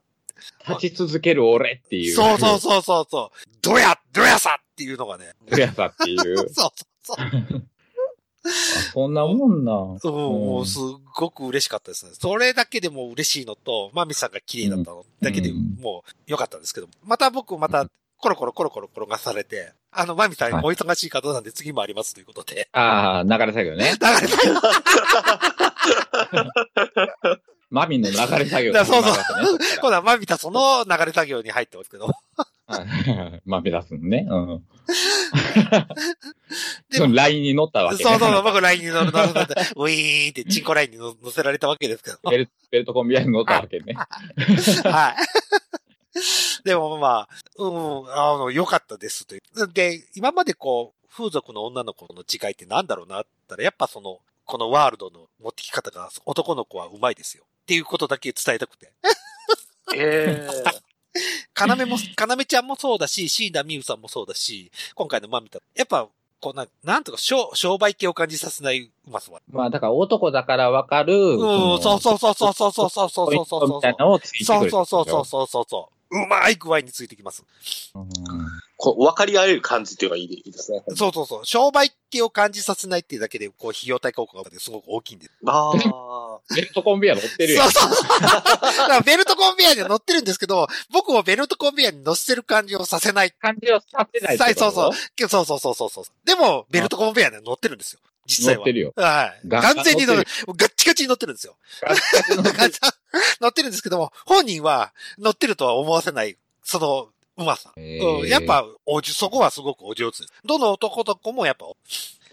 [SPEAKER 3] 立ち続ける俺っていう。
[SPEAKER 1] そうそうそうそうそう。ドヤ、ドヤさっていうのがね。
[SPEAKER 3] う。やさっていう。
[SPEAKER 1] そうそうそう。
[SPEAKER 3] そんなもんな。
[SPEAKER 1] そうも
[SPEAKER 3] うん
[SPEAKER 1] うすっごく嬉しかったですね。それだけでもう嬉しいのと、マミさんが綺麗だったのだけで
[SPEAKER 3] うん
[SPEAKER 1] もう良かったんですけど、また僕またコロコロコロコロ転がされて、あの、マミさん、
[SPEAKER 3] はい
[SPEAKER 1] お忙しい方なんで次もありますということで。
[SPEAKER 3] ああ、流れ作業ね。
[SPEAKER 1] だから、
[SPEAKER 3] マミンの流れ作業
[SPEAKER 1] だそうそう
[SPEAKER 3] そうそ
[SPEAKER 1] 今度はマミタその流れ作業に入ってますけど。
[SPEAKER 3] はいマミ出すのね。
[SPEAKER 1] (laughs)
[SPEAKER 3] うん。
[SPEAKER 1] で
[SPEAKER 3] その LINE に乗ったわ
[SPEAKER 1] そう
[SPEAKER 3] け、
[SPEAKER 1] そうそう、僕ラインに乗る乗る乗って、ウィーンってチンコラインに乗乗せられたわけですけど。
[SPEAKER 3] ベルベルトコンビニに乗ったわけね。
[SPEAKER 1] (laughs) はい。でもまあ、うん、あの、良かったですという。で、今までこう、風俗の女の子の違いってなんだろうなって言ったら、やっぱその、このワールドの持ってき方が男の子はうまいですよ。っていうことだけ伝えたくて。
[SPEAKER 2] ええ
[SPEAKER 1] かなめ
[SPEAKER 3] (laughs)
[SPEAKER 1] も、かなめちゃんもそうだし、椎名美宇さんもそうだし、今回のマミタ、やっぱ、こうなん、なんとか商商売系を感じさせないうまさは。
[SPEAKER 3] まあ、だから男だからわかる。
[SPEAKER 1] うん、そう
[SPEAKER 3] う。
[SPEAKER 1] そうそうそうそうそうそうそう
[SPEAKER 3] ポイ
[SPEAKER 1] そうそう
[SPEAKER 3] ント
[SPEAKER 1] そ
[SPEAKER 3] み
[SPEAKER 1] う
[SPEAKER 3] たいなのをついてく
[SPEAKER 1] そ
[SPEAKER 3] る
[SPEAKER 1] うそうそうそうそうそうそう。うまい具合についてきます。
[SPEAKER 3] うん。
[SPEAKER 2] (laughs) こう分かり合える感じっていうのがいいでいいですね。
[SPEAKER 1] そうそうそう。商売系を感じさせないっていうだけで、こう、費用対効果がすごく大きいんです。
[SPEAKER 2] ああ。
[SPEAKER 3] ベルトコンビニは乗ってるや
[SPEAKER 1] そ
[SPEAKER 3] ん
[SPEAKER 1] う。そうそう。だからベルトコンベヤーには乗ってるんですけど、僕をベルトコンベヤーに乗せてる感じをさせない。
[SPEAKER 3] 感じをさってないってこと
[SPEAKER 1] そうそうけどそうそうそうそうそう。でも、ベルトコンベヤーには乗ってるんですよ。実際は。
[SPEAKER 3] 乗ってるよ。
[SPEAKER 1] はい。
[SPEAKER 3] ガンガン
[SPEAKER 1] 完全に乗
[SPEAKER 3] 乗
[SPEAKER 1] る
[SPEAKER 3] っ。
[SPEAKER 1] ガッチガチに乗ってるんですよ。 (laughs) 乗ってるんですけども、本人は乗ってるとは思わせない、その、うまさ。
[SPEAKER 3] へー
[SPEAKER 1] うん、やっぱ、おじ、そこはすごくお上手です。どの男と子もやっぱ、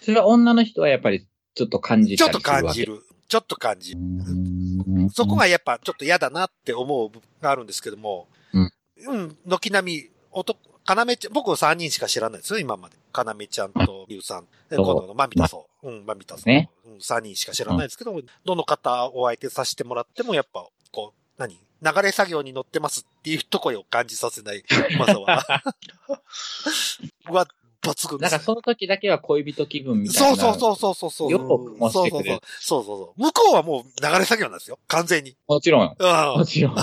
[SPEAKER 3] それは女の人はやっぱりちょっと感じ
[SPEAKER 1] ち
[SPEAKER 3] た
[SPEAKER 1] ょっ
[SPEAKER 3] りす
[SPEAKER 1] と
[SPEAKER 3] るわけ
[SPEAKER 1] 感じる。ちょっと感じる。
[SPEAKER 3] うん
[SPEAKER 1] そこがやっぱちょっと嫌だなって思う部分があるんですけども、
[SPEAKER 3] うん。
[SPEAKER 1] うん、軒並み、男、かなめちゃん、僕3人しか知らないですよ、今まで。かなめちゃんとりゅうさん、で
[SPEAKER 3] そう
[SPEAKER 1] 今度のまみたそう。うん、まみたそう。
[SPEAKER 3] ね
[SPEAKER 1] うん、3人しか知らないですけども、どの方お相手させてもらっても、やっぱ、こう、何流れ作業に乗ってますっていうとこを感じさせない
[SPEAKER 3] (laughs)
[SPEAKER 1] うまさは。は、抜群で
[SPEAKER 3] なん
[SPEAKER 1] す
[SPEAKER 3] か。その時だけは恋人気分みたい
[SPEAKER 1] そうそ
[SPEAKER 3] な。
[SPEAKER 1] うそうそうそうそう。
[SPEAKER 3] よく
[SPEAKER 1] そ
[SPEAKER 3] も
[SPEAKER 1] うそ
[SPEAKER 3] し
[SPEAKER 1] う
[SPEAKER 3] て
[SPEAKER 1] そう
[SPEAKER 3] くれる。。
[SPEAKER 1] そうそうそう。向こうはもう流れ作業なんですよ。完全に。
[SPEAKER 3] もちろん。
[SPEAKER 1] うん。完
[SPEAKER 3] もちろん。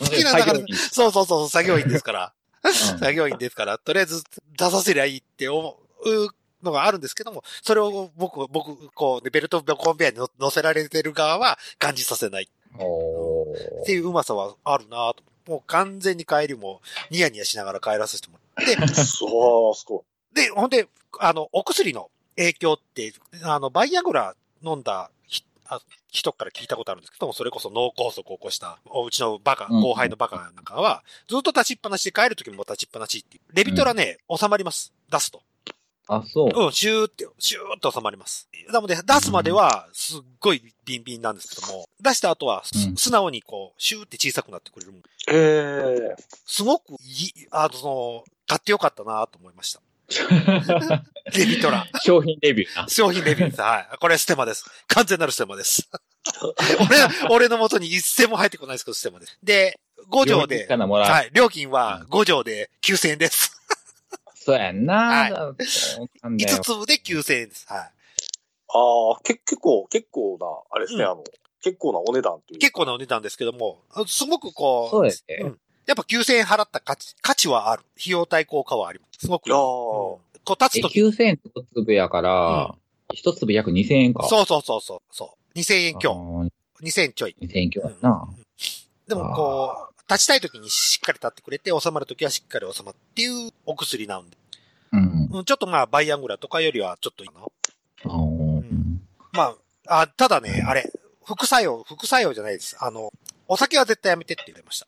[SPEAKER 1] 璧な流
[SPEAKER 3] 作
[SPEAKER 1] れ
[SPEAKER 3] 業。着
[SPEAKER 1] そうそうそう、作業員ですから。
[SPEAKER 3] うん
[SPEAKER 1] 作業員ですから、とりあえず出させりゃいいって思うのがあるんですけども、それを僕、僕、こう、ベルトコンベヤーに乗乗せられてる側は感じさせない
[SPEAKER 3] おー
[SPEAKER 1] って (laughs) いううまさはあるなと。もう完全に帰りもニヤニヤしながら帰らせてもらって、
[SPEAKER 2] そう、すごい。
[SPEAKER 1] で、ほんで、あの、お薬の影響って、あの、バイアグラ飲んだひあ人から聞いたことあるんですけども、それこそ脳梗塞を起こした、おうちのバカ、
[SPEAKER 3] うん
[SPEAKER 1] 後輩のバカなんかは、ずっと立ちっぱなしで帰るときも立ちっぱなしっていう。レビトラね、収まります。出すと。
[SPEAKER 3] あ、そう。
[SPEAKER 1] うん、シューって、シューって収まります。なので、出すまでは、すっごいビンビンなんですけども、出した後はす、
[SPEAKER 3] うん
[SPEAKER 1] 素直にこう、シューって小さくなってくれるもん。
[SPEAKER 2] ええ
[SPEAKER 1] すごくいい、あの、その、買ってよかったなと思いました。レビトラ。
[SPEAKER 3] 商品レビューな。
[SPEAKER 1] 商品レビューです。はい。これステマです。完全なるステマ
[SPEAKER 3] (laughs)
[SPEAKER 1] です。俺、俺の元に一銭も入ってこないですけど、ステマです。で、5錠
[SPEAKER 3] 料金
[SPEAKER 1] で、
[SPEAKER 3] からもらう。
[SPEAKER 1] はい、料金は5錠で9000円です。
[SPEAKER 3] そうやんな。
[SPEAKER 1] はい
[SPEAKER 3] そうなんだよ
[SPEAKER 1] 5粒で9000円です。はい。
[SPEAKER 2] ああ、け、結構、結構な、あれですね、
[SPEAKER 1] うん
[SPEAKER 2] あの、結構なお値段という。
[SPEAKER 1] 結構なお値段ですけども、すごくこう、
[SPEAKER 3] そうですね
[SPEAKER 1] んやっぱ9000円払った価値、価値はある。費用対効果はあります。すごく。
[SPEAKER 2] あー
[SPEAKER 1] うんこう立
[SPEAKER 3] え
[SPEAKER 1] つとき、
[SPEAKER 3] 9000円一粒やから、一粒約2000円か。
[SPEAKER 1] そうそうそうそう。そう2000円強。
[SPEAKER 3] 強。
[SPEAKER 1] 2000円ちょい。
[SPEAKER 3] 2000円強やな。
[SPEAKER 1] でもこう、立ちたい時にしっかり立ってくれて、収まる時はしっかり収まるっていうお薬なんで。
[SPEAKER 3] うん。
[SPEAKER 1] うん、ちょっとまあ、バイアングラとかよりはちょっといいかな。
[SPEAKER 3] うん
[SPEAKER 1] まあ、あ、ただね、あれ、副作用、副作用じゃないです。あの、お酒は絶対やめてって言われました。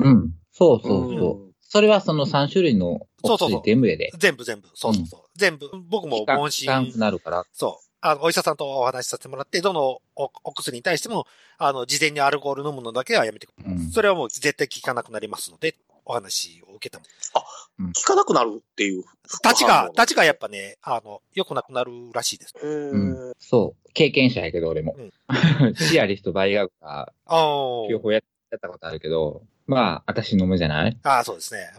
[SPEAKER 3] うん。そうそうそう。
[SPEAKER 2] ん
[SPEAKER 3] それはその3種類の
[SPEAKER 1] そ
[SPEAKER 3] お
[SPEAKER 1] うそうそう
[SPEAKER 3] 薬全部やで。
[SPEAKER 1] 全部全部。そうそうそう。全部。僕も問
[SPEAKER 3] 期間
[SPEAKER 1] 診
[SPEAKER 3] に、なるから。
[SPEAKER 1] そう。あの、お医者さんとお話しさせてもらって、どのおお薬に対しても、あの、事前にアルコール飲むのだけはやめてくれ。
[SPEAKER 3] うん
[SPEAKER 1] それはもう絶対効かなくなりますので、お話を受けた。
[SPEAKER 2] 聞かなくなるっていう。
[SPEAKER 1] たちが、た
[SPEAKER 2] ち。
[SPEAKER 1] ちがやっぱね、あの、良くなくなるらしいです。
[SPEAKER 2] ええ
[SPEAKER 3] うんそう。経験者やけど、俺も
[SPEAKER 1] うん。
[SPEAKER 3] シアリスト、バイアグラ、
[SPEAKER 1] あ
[SPEAKER 3] 両方やったことあるけど、まあ、私飲むじゃない
[SPEAKER 1] あー、そうですね。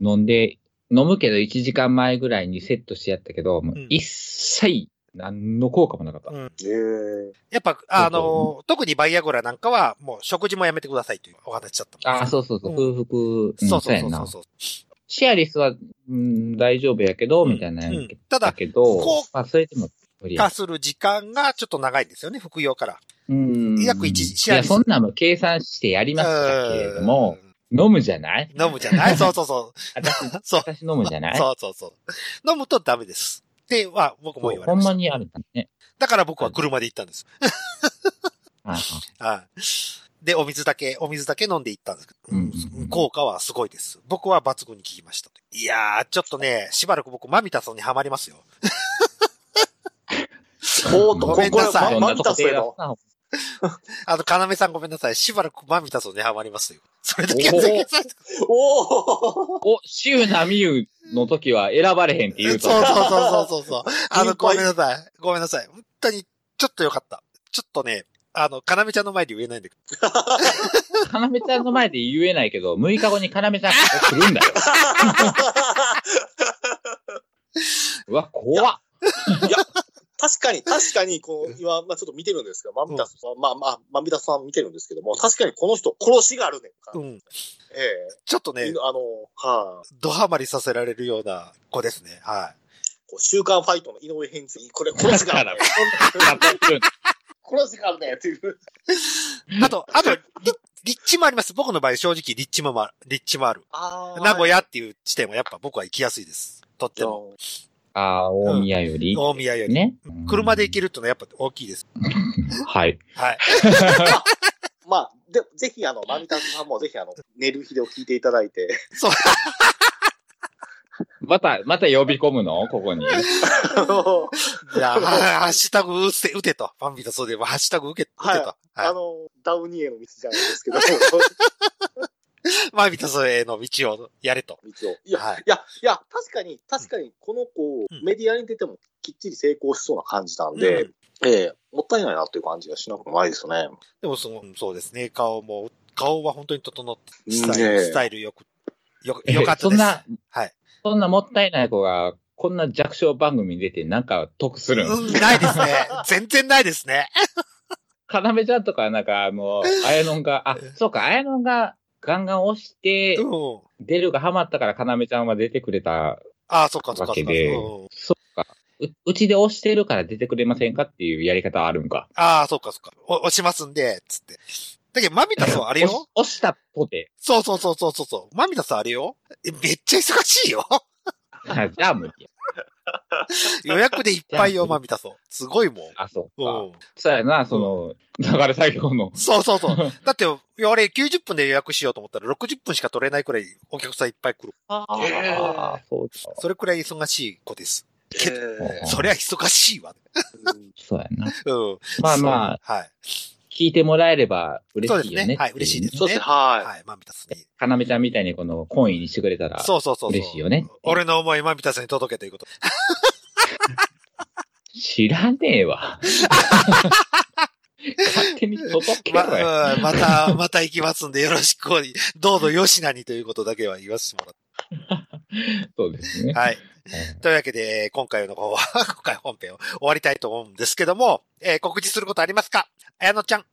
[SPEAKER 3] 飲んで、飲むけど1時間前ぐらいにセットしてやったけど、もう
[SPEAKER 1] うん
[SPEAKER 3] 一切何の効果もなかった。
[SPEAKER 1] うん。
[SPEAKER 2] ええ
[SPEAKER 1] やっぱ、あの、特にバイアグラなんかは、もう食事もやめてくださいというお話だったもん
[SPEAKER 3] ああ、そうそうそう、
[SPEAKER 1] うん
[SPEAKER 3] 空腹、
[SPEAKER 1] そうそう
[SPEAKER 3] や
[SPEAKER 1] そ
[SPEAKER 3] ん
[SPEAKER 1] う
[SPEAKER 3] な
[SPEAKER 1] そうそう。
[SPEAKER 3] シアリスは、うん、大丈夫やけど、
[SPEAKER 1] うん
[SPEAKER 3] みたいなや
[SPEAKER 1] うん
[SPEAKER 3] け
[SPEAKER 1] ただ
[SPEAKER 3] だけど、
[SPEAKER 1] こう
[SPEAKER 3] まあ、それでも無理や
[SPEAKER 1] 化。する時間がちょっと長いんですよね、服用から。
[SPEAKER 3] うん
[SPEAKER 1] 約一時シ
[SPEAKER 3] い
[SPEAKER 1] ア
[SPEAKER 3] や、
[SPEAKER 1] リス
[SPEAKER 3] そんなんも計算してやりましたけれども、
[SPEAKER 1] うん、
[SPEAKER 3] 飲むじゃない
[SPEAKER 1] 飲むじゃ
[SPEAKER 3] (laughs)
[SPEAKER 1] ないそうそうそう。
[SPEAKER 3] 私、
[SPEAKER 1] そう。
[SPEAKER 3] 私飲むじゃない
[SPEAKER 1] そうそうそう。飲むとダメです。っては、僕も言われ
[SPEAKER 3] ほん
[SPEAKER 1] まし
[SPEAKER 3] ま
[SPEAKER 1] た。
[SPEAKER 3] にあるんだね。
[SPEAKER 1] だから僕は車で行ったんです。
[SPEAKER 3] あ
[SPEAKER 1] はい。で、お水だけ、お水だけ飲んで行ったんですけど、
[SPEAKER 3] うんうんうん
[SPEAKER 1] 効果はすごいです。僕は抜群に効きました。いやー、ちょっとね、しばらく僕、マミタソンにはまりますよ。
[SPEAKER 2] おーっと、
[SPEAKER 1] ご
[SPEAKER 2] こ
[SPEAKER 1] め
[SPEAKER 2] れ、
[SPEAKER 1] んなさい
[SPEAKER 2] これマミタスや
[SPEAKER 3] だ
[SPEAKER 2] ろ。
[SPEAKER 1] あの、要さんごめんなさい。しばらくマミタソンにはまりますよ。それだけは全然
[SPEAKER 2] おー
[SPEAKER 3] お、シュウナミユの時は選ばれへんって言うと。
[SPEAKER 1] そうそうそうそうそうそう。あの、
[SPEAKER 2] 心
[SPEAKER 1] ご
[SPEAKER 2] 配
[SPEAKER 1] めんなさい。ごめんなさい。本当に、ちょっとよかった。ちょっとね、あの、かなめちゃんの前で言えないんだけ
[SPEAKER 3] かなめちゃんの前で言えないけど、6日後にかなめちゃんが来るんだよ。うわ、怖っ。
[SPEAKER 2] 確かに、確かに、この、今、まあちょっと見てるんですけど、マミタスさん、まあまあ、マミタスさん見てるんですけども、確かにこの人、殺しがあるねんか
[SPEAKER 1] ど。。うん。
[SPEAKER 2] え
[SPEAKER 1] ちょっと
[SPEAKER 2] え
[SPEAKER 1] ね、
[SPEAKER 2] あの、はい、
[SPEAKER 1] ドハマりさせられるような子ですね。は
[SPEAKER 2] こう週刊ファイトの井上編成、これ殺しがあるね。 (laughs) 殺しがあるねっていう。
[SPEAKER 1] い。あと、あと、リ立地もあります。僕の場合、正直、立地もま、立地もある。
[SPEAKER 2] あー
[SPEAKER 1] 名古屋っていう地点はやっぱ僕は行きやすいです。とっても。
[SPEAKER 3] ああ、大宮より。
[SPEAKER 1] 大宮より。
[SPEAKER 3] ね。
[SPEAKER 1] 車で行
[SPEAKER 3] け
[SPEAKER 1] けるってのはやっぱ大きいです。
[SPEAKER 3] はい。
[SPEAKER 1] はい。
[SPEAKER 2] まあ、で、ぜひ、あの、マミタスさんもぜひ、あの、寝る日でを聞いていただいて、
[SPEAKER 1] (laughs)
[SPEAKER 3] また、また呼び込むのここに。
[SPEAKER 2] あの、
[SPEAKER 1] じゃあ、 (laughs) はハッシュタグ打て、打てと。ファンビートそうではハッシュタグ受け、打てと。はい
[SPEAKER 2] あのダウニーへの道じゃないですけ
[SPEAKER 1] (laughs)
[SPEAKER 2] ど、
[SPEAKER 1] まあ、ビタソへの道をやれと。
[SPEAKER 2] 道を。いや、
[SPEAKER 1] はい。
[SPEAKER 2] いや、いや、確かに、確かに、この子、
[SPEAKER 1] うん
[SPEAKER 2] メディアに出てもきっちり成功しそうな感じなんで、ええもったいないなっていう感じがしなくもないですね。
[SPEAKER 1] でもその、うんそうですね、顔も、顔は本当に整って、スタイル、
[SPEAKER 2] ね
[SPEAKER 1] スタイルよく、よ、
[SPEAKER 3] え
[SPEAKER 1] よかった
[SPEAKER 3] そ
[SPEAKER 1] で
[SPEAKER 3] ん
[SPEAKER 1] す。
[SPEAKER 3] な、
[SPEAKER 1] はい。
[SPEAKER 3] そんなもったいない子が、こんな弱小番組に出てなんか得するん
[SPEAKER 1] うん、ないですね。全然ないです
[SPEAKER 3] (laughs)
[SPEAKER 1] ね。
[SPEAKER 3] かなめちゃんとかなんか、あの、あやのんが、あ、そうか、あやのんがガンガン押して
[SPEAKER 1] う、ん。
[SPEAKER 3] 出るがハマったからかなめちゃんは出てくれた
[SPEAKER 1] ああ、そっかそっかそ
[SPEAKER 3] わけ
[SPEAKER 1] っか。
[SPEAKER 3] で
[SPEAKER 1] うん、
[SPEAKER 3] そうか。ううちで押してるから出てくれませんかっていうやり方あるんか。
[SPEAKER 1] ああ、そっかそっか。お押しますんで、つって。だけど、マミタソンあれ
[SPEAKER 3] (laughs) 押
[SPEAKER 1] よ
[SPEAKER 3] し押したとて。
[SPEAKER 1] そうそうそうそうそうそう。マミタソンあれよえめっちゃ忙しいよ。 (laughs)
[SPEAKER 3] あじゃあ無理や。
[SPEAKER 1] 予約でいっぱ
[SPEAKER 3] (laughs)
[SPEAKER 1] いよ、
[SPEAKER 3] じゃあ
[SPEAKER 1] マミタソン。すごいもん。
[SPEAKER 3] あ、そうか。
[SPEAKER 1] うん。
[SPEAKER 3] そうやな、その、流れ作業の。
[SPEAKER 1] そうそう
[SPEAKER 3] (laughs)
[SPEAKER 1] そう。だって、いや俺90分で予約しようと思ったら60分しか取れないくらいお客さんいっぱい来る。
[SPEAKER 3] あ
[SPEAKER 2] ー
[SPEAKER 3] あ、そうか。
[SPEAKER 1] それくらい忙しい子です。けど
[SPEAKER 2] ええ
[SPEAKER 1] そりゃ忙しいわ。
[SPEAKER 3] そうやな。
[SPEAKER 1] うん。
[SPEAKER 3] まあまあ、
[SPEAKER 1] あ。はい。
[SPEAKER 3] 聞いてもらえれば嬉
[SPEAKER 1] そうで
[SPEAKER 3] し
[SPEAKER 1] す
[SPEAKER 3] いよね
[SPEAKER 1] ね。はい、嬉しいですね。
[SPEAKER 2] そうですね、
[SPEAKER 1] は、
[SPEAKER 2] はい
[SPEAKER 1] マミタスに。
[SPEAKER 3] かなめちゃんみたいにこの、懇意にしてくれたら。
[SPEAKER 1] そうそうそうそう。
[SPEAKER 3] 嬉しいよね
[SPEAKER 1] 俺の思い、マミタスに届けということ。
[SPEAKER 3] 知らねえわ。勝手に届けろ
[SPEAKER 1] ま
[SPEAKER 3] よ。
[SPEAKER 1] うんまた、 (laughs) また行きますんで、よろしく、どうぞよしなにということだけは言わせてもらっ
[SPEAKER 3] そうですね
[SPEAKER 1] て。。はい。というわけで、今回の方は、 (laughs) 今回本編を終わりたいと思うんですけども、えー告知することありますか綾乃ちゃん。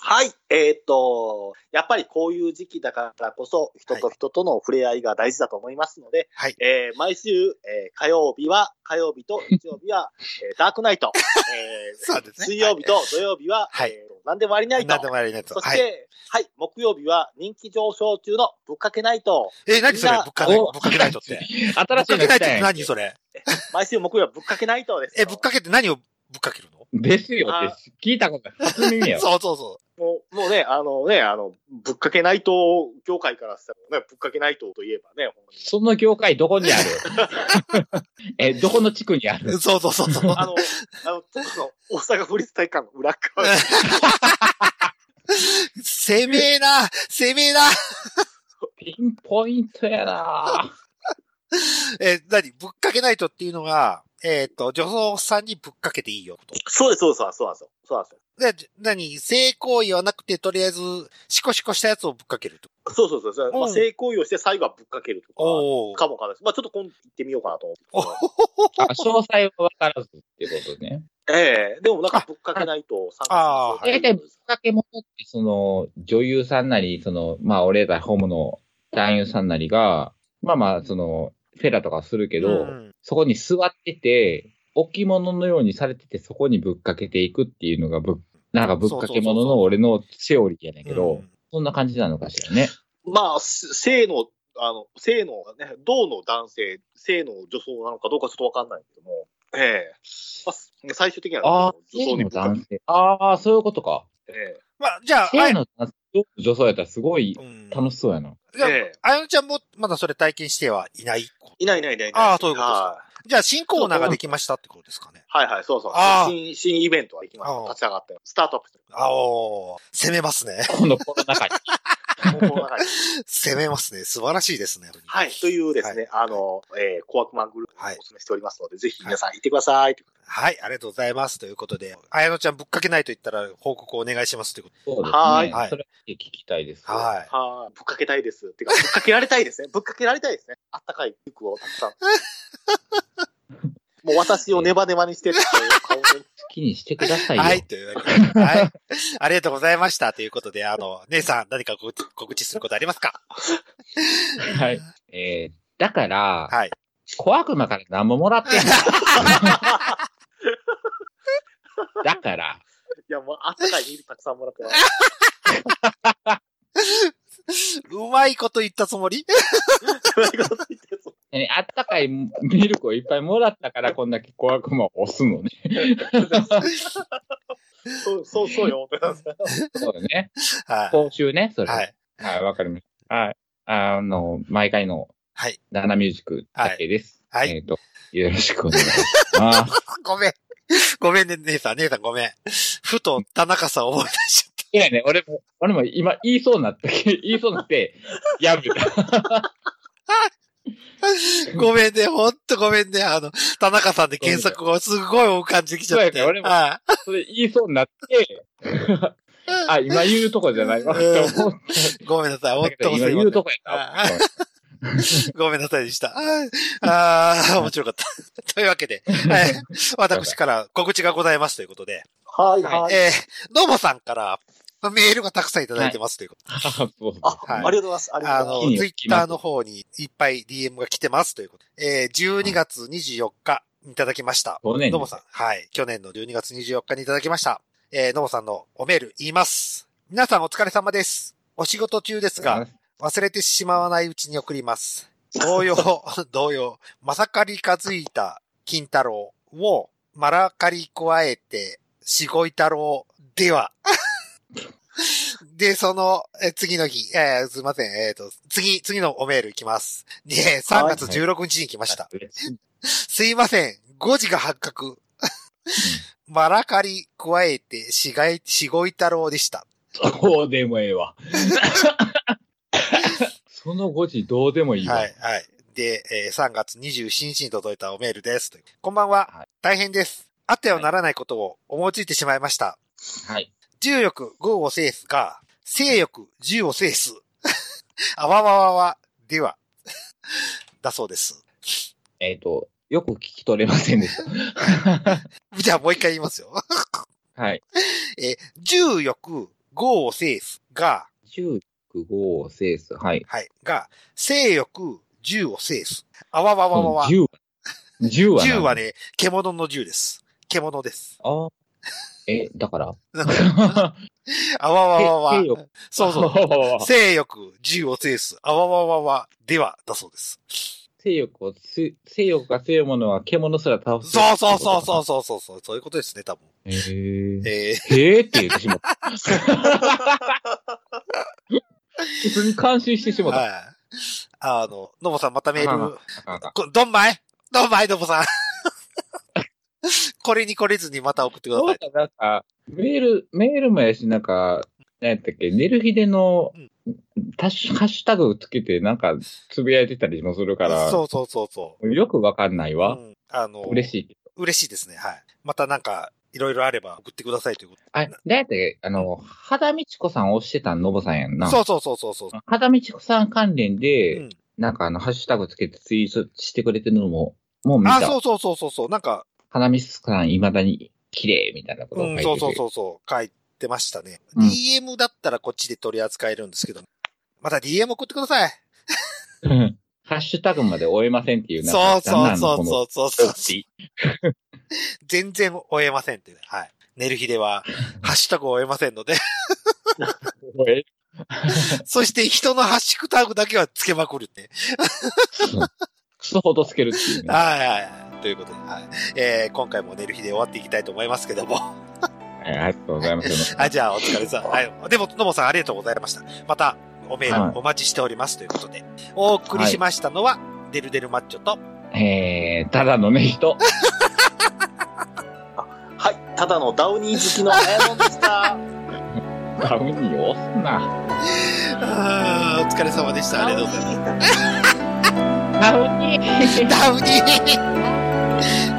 [SPEAKER 2] はい。えーっと、やっぱりこういう時期だからこそ、人と人との触れ合いが大事だと思いますので、
[SPEAKER 1] はい
[SPEAKER 2] えー毎週、えー火曜日は、火曜日と日曜
[SPEAKER 1] (laughs)
[SPEAKER 2] 日は、えーダークナイト、えー
[SPEAKER 1] そうですね
[SPEAKER 2] 水曜日と土曜日は、
[SPEAKER 1] はい
[SPEAKER 2] えー何でもありナイト
[SPEAKER 1] 何、でもやりないと。
[SPEAKER 2] そし
[SPEAKER 1] は
[SPEAKER 2] て、
[SPEAKER 1] い。
[SPEAKER 2] はい、木曜日は人気上昇中のぶっかけナイト。
[SPEAKER 1] えー、何それ
[SPEAKER 2] みんな
[SPEAKER 1] ぶっかけ、ぶ
[SPEAKER 3] お
[SPEAKER 1] っかけないとって。ぶ
[SPEAKER 3] (laughs)
[SPEAKER 1] っ
[SPEAKER 3] 新しい
[SPEAKER 1] か
[SPEAKER 3] の
[SPEAKER 1] けな
[SPEAKER 3] 来
[SPEAKER 1] いと
[SPEAKER 3] た
[SPEAKER 1] って
[SPEAKER 3] やん
[SPEAKER 1] 何それ
[SPEAKER 2] 毎週木曜日はぶっかけナイトですよ。
[SPEAKER 1] え、ぶっかけって何をぶっかけるの
[SPEAKER 3] ですよって聞いたことない初耳やわ。
[SPEAKER 1] そうそうそ
[SPEAKER 2] もう、もうね、あのね、あの、ぶっかけナイト業界からしたらね、ぶっかけナイトといえばね、ほんまに
[SPEAKER 3] その業界どこにあるえ、どこの地区にあ
[SPEAKER 1] う。
[SPEAKER 3] る
[SPEAKER 1] そうそうそう
[SPEAKER 3] (laughs)
[SPEAKER 2] (laughs)
[SPEAKER 1] そう。 (laughs)
[SPEAKER 2] あの、あの、特の大阪府立体育館の裏側。
[SPEAKER 1] せめえな、せめえな。
[SPEAKER 3] ピンポイントやな
[SPEAKER 1] えー、何ぶっかけないとっていうのが、えっ、と、女装さんにぶっかけていいよと。
[SPEAKER 2] そうです、そうです、そうです、そうです。
[SPEAKER 1] で、じ何性行為はなくて、とりあえず、シコシコしたやつをぶっかけると。
[SPEAKER 2] そうそうそうそう。まあ、
[SPEAKER 1] うん
[SPEAKER 2] 性行為をして最後はぶっかけるとか、
[SPEAKER 1] おー
[SPEAKER 2] かもかです。まあ、ちょっと今度行ってみようかなと思
[SPEAKER 1] お
[SPEAKER 2] って。
[SPEAKER 1] ほほほ
[SPEAKER 3] あ詳細はわからずってことね。
[SPEAKER 2] ええでもなんかぶっかけナイト参加
[SPEAKER 1] あ
[SPEAKER 3] 大体、ぶっかけ元って、その、女優さんなり、その、まあ、俺らホームの男優さんなりが、まあまあ、その、フェラとかするけど、
[SPEAKER 1] うん
[SPEAKER 3] そこに座ってて、置物のようにされてて、そこにぶっかけていくっていうのがぶっ、なんかぶっかけ物の俺のセオリーやねんけど、
[SPEAKER 1] うん
[SPEAKER 3] そんな感じなのかしらね。
[SPEAKER 2] まあ、す性の、あの、性能がね、銅の男性、性の女装なのかどうかちょっとわかんないけども、ええまあす最終的に
[SPEAKER 3] あ
[SPEAKER 2] は
[SPEAKER 3] あ、
[SPEAKER 2] 女装
[SPEAKER 3] 性
[SPEAKER 2] に
[SPEAKER 3] の
[SPEAKER 2] 向かって
[SPEAKER 3] 男性。ああ、そういうことか。
[SPEAKER 2] え
[SPEAKER 1] まあ、じゃあ、あ
[SPEAKER 3] 性
[SPEAKER 1] や
[SPEAKER 3] の男性、女装やったらすごい
[SPEAKER 1] うん。
[SPEAKER 3] 楽しそうやな。
[SPEAKER 1] じゃあ
[SPEAKER 2] ええ、
[SPEAKER 1] あやのちゃんもまだそれ体験してはいない。
[SPEAKER 2] えいないいないいないいない。
[SPEAKER 1] ああそういうことですか
[SPEAKER 2] は
[SPEAKER 1] じゃあ、新コーナーができましたってことですかね。
[SPEAKER 2] はいはい、そうそう
[SPEAKER 1] ああ。
[SPEAKER 2] 新、新イベントは行きまし
[SPEAKER 1] あ
[SPEAKER 2] た。
[SPEAKER 1] あ
[SPEAKER 2] 立ち上がって。スタートアップしてる。
[SPEAKER 1] あおー攻めますね。 (laughs)
[SPEAKER 3] このコロナ禍に。
[SPEAKER 2] 高校の中に
[SPEAKER 1] 攻めますね。素晴らしいですね。
[SPEAKER 2] はい。というですね、
[SPEAKER 1] はい
[SPEAKER 2] あの、えー、小悪魔グループをお
[SPEAKER 1] はい
[SPEAKER 2] 勧めしておりますので、ぜひ皆さん行ってください。
[SPEAKER 1] はい、ありがとうございます。ということで、あやのちゃんぶっかけないと言ったら報告をお願いしますというこ
[SPEAKER 3] そうですね。
[SPEAKER 2] はい
[SPEAKER 1] はい
[SPEAKER 3] それ聞きたいです。
[SPEAKER 1] と。はい。
[SPEAKER 2] はい。ぶっかけたいです。てか、ぶっかけられたいですね。 (laughs) ぶっかけられたいですね。あったかい服をたく
[SPEAKER 1] (laughs)
[SPEAKER 2] さん。もう私をネバネバにしてるっていう顔で
[SPEAKER 3] 好きにしてくださいよ。
[SPEAKER 1] はい、というわけで。はい。 (laughs) ありがとうございました。ということで、あの、姉さん、何か告知告知することありますか
[SPEAKER 3] はい。えー、だから、
[SPEAKER 1] はい。
[SPEAKER 3] 小悪魔から何ももらってん
[SPEAKER 1] (laughs)
[SPEAKER 3] のだから、
[SPEAKER 2] いや、もうあったかいビールたくさんもらって
[SPEAKER 1] (laughs)
[SPEAKER 2] ます。
[SPEAKER 1] うまいこと言ったつもり
[SPEAKER 3] えあったかいミルクをいっぱいもらったから、こんだけ小悪魔を押すのね。
[SPEAKER 2] そう、そう、そうよ。
[SPEAKER 3] そうだね。
[SPEAKER 1] は
[SPEAKER 3] 報酬ね、そ
[SPEAKER 1] い。
[SPEAKER 3] れ。
[SPEAKER 1] は
[SPEAKER 3] はい、
[SPEAKER 1] い。
[SPEAKER 3] わ、かりました。はい。あの、毎回の、
[SPEAKER 1] はい。
[SPEAKER 3] ナナミュージックだけです。
[SPEAKER 1] はいはい
[SPEAKER 3] えっ、と、よろしくお願いします。 (laughs)
[SPEAKER 1] ごめん。ごめんね、姉さん、姉さんごめん。ふと田中さん思い出し
[SPEAKER 3] いやね、俺も、俺も今言いそうになって、 (laughs) 言いそうになって、やめた。
[SPEAKER 1] ちゃ (laughs) った。ごめんね、ほんとごめんね。あの、田中さんで検索がすごい浮かんできちゃっ
[SPEAKER 3] そう
[SPEAKER 1] て。
[SPEAKER 3] やね俺も
[SPEAKER 1] は
[SPEAKER 3] それ言いそうになって、あ、今言うとこじゃないわって思っ
[SPEAKER 1] い。ごめんなさい、ほん
[SPEAKER 3] だけど
[SPEAKER 1] と
[SPEAKER 3] 今言うとこや
[SPEAKER 1] あ
[SPEAKER 3] な。
[SPEAKER 1] ごめんなさいでした。あーあー、面白かった。 (laughs) というわけで、はい、私から告知がございますということで、
[SPEAKER 2] はい、
[SPEAKER 3] は
[SPEAKER 2] はい。
[SPEAKER 1] えー、どうもさんからメールがたくさんいただいてますということ。
[SPEAKER 3] あ、 (laughs) そうそう
[SPEAKER 2] あ、
[SPEAKER 1] はい
[SPEAKER 2] ありがとうございます。ありがと
[SPEAKER 1] あ
[SPEAKER 2] うございます。
[SPEAKER 1] の、ツイッターの方にいっぱい DM が来てますということ。えー、12月24日にいただきました。
[SPEAKER 3] 去年
[SPEAKER 1] どうもさん。はい。去年の12月24日にいただきました。えー、どうもさんのおメール言います。皆さんお疲れ様です。お仕事中ですが、忘れてしまわないうちに送ります。同様、 (laughs) 同様、まさかりかづいた金太郎を、まらかり加えて、しごい太郎では。 (laughs) で、その、え次の日、えーすいません、えっ、と、次、次のおメールいきます。で、3月16日に来ました。すいません、5時が発覚。まらかり加えて、しがい、しごい太郎でした。
[SPEAKER 3] どうでもえ
[SPEAKER 1] (laughs)
[SPEAKER 3] えわ。その5時どうでもいいわ。
[SPEAKER 1] はい、はい。で、えー3月27日に届いたおメールです。というこんばんは。
[SPEAKER 3] はい
[SPEAKER 1] 大変です。あってはならないことを思いついてしまいました。
[SPEAKER 3] はい。
[SPEAKER 1] 重欲5を制すが、性欲10を制す。 (laughs) あわわわわ、では。だそうです。
[SPEAKER 3] えっ、と、よく聞き取れませんでした。
[SPEAKER 1] じゃあもう一回言いますよ。
[SPEAKER 3] はい。
[SPEAKER 1] えー、重欲5を制すが、
[SPEAKER 3] 19、5、セース。はい。
[SPEAKER 1] はい、が、性欲10を制す。あわわわわわ。
[SPEAKER 3] 10は。10は。
[SPEAKER 1] 10は。ね、獣の10です。獣です。
[SPEAKER 3] あえ、だから
[SPEAKER 1] あわわわわ
[SPEAKER 3] 性欲。
[SPEAKER 1] そう
[SPEAKER 3] (laughs)
[SPEAKER 1] そう。
[SPEAKER 3] う。
[SPEAKER 1] 性欲、銃を制す、あわわわわ、では、だそうです。
[SPEAKER 3] 性欲をつ、性欲が強いものは獣すら倒す。
[SPEAKER 1] そうそうそうそうそうそうそう、そういうことですね、多分。
[SPEAKER 3] う。へえ。
[SPEAKER 1] えー、
[SPEAKER 3] へえって言ってし
[SPEAKER 1] (laughs)
[SPEAKER 3] まった。普通に感心してしまった。
[SPEAKER 1] はい。あの、のぼさんまたメール、
[SPEAKER 3] あかんあかん
[SPEAKER 1] こどんまいどんまい、のぼさん。 (laughs) これにこれずにまた送ってくだ
[SPEAKER 3] そ
[SPEAKER 1] さ
[SPEAKER 3] う
[SPEAKER 1] い。
[SPEAKER 3] か、なんか、メール、メールもやし、なんか、なんやったっけ、寝る日での、タッシュハッシュタグつけて、なんか、つぶやいてたりもするから、
[SPEAKER 1] そうそうそうそう。
[SPEAKER 3] よくわかんないうわ。
[SPEAKER 1] ん、あの、
[SPEAKER 3] 嬉しいけど。
[SPEAKER 1] 嬉しいですね、はい。またなんか、いろいろあれば送ってくださいというこ
[SPEAKER 3] あ、なんやったっけ、あの、肌道子さんを押してたのぼさんやん
[SPEAKER 1] と。
[SPEAKER 3] な。
[SPEAKER 1] そうそうそうそうそう。
[SPEAKER 3] 肌道子さん関連で、
[SPEAKER 1] うん、
[SPEAKER 3] なんかあの、ハッシュタグつけてツイートしてくれてるのも、もう見
[SPEAKER 1] あ、
[SPEAKER 3] た
[SPEAKER 1] そ。うそうそうそうそう。なんか、
[SPEAKER 3] 花見すさん、未だに綺麗みたいなことを書いてて、
[SPEAKER 1] うん、そうそうそうそう、書いてましたね。
[SPEAKER 3] うん
[SPEAKER 1] DM だったらこっちで取り扱えるんですけど、また DM 送ってください。
[SPEAKER 3] うん (laughs) ハッシュタグまで追えませんっていう、なん
[SPEAKER 1] そ
[SPEAKER 3] か
[SPEAKER 1] うそう
[SPEAKER 3] なんな
[SPEAKER 1] そ
[SPEAKER 3] んこ
[SPEAKER 1] う
[SPEAKER 3] (laughs) の
[SPEAKER 1] そうそうそう。全然終え
[SPEAKER 3] (laughs)
[SPEAKER 1] ませんっていう。はい。寝る日では、ハッシュタグを終えませんので、
[SPEAKER 3] 追え
[SPEAKER 1] (laughs) そして人のハッシュタグだけはつけまくるって。
[SPEAKER 3] クソほどつけるっていうね。
[SPEAKER 1] はいはいはい。ということで、はい。えー、今回も寝る日で終わっていきたいと思いますけども。
[SPEAKER 3] はいありがとうございます。
[SPEAKER 1] はい、じ (laughs) ゃあお疲れさ
[SPEAKER 3] (laughs)
[SPEAKER 1] ん。はい。でも、ともさんありがとうございました。また、おメー
[SPEAKER 3] はい
[SPEAKER 1] ルお待ちしておりますということで。お送りしましたのは、デルデルマッチョと、
[SPEAKER 3] えー、ただのね、人。 (laughs)
[SPEAKER 2] はい。ただのダウニー好きのあやのんでした。
[SPEAKER 3] ダウニーを押すな。
[SPEAKER 1] あーお疲れ様でした。ありがとうございます。
[SPEAKER 3] ダウニ
[SPEAKER 1] (laughs)
[SPEAKER 3] ー
[SPEAKER 1] ダウニー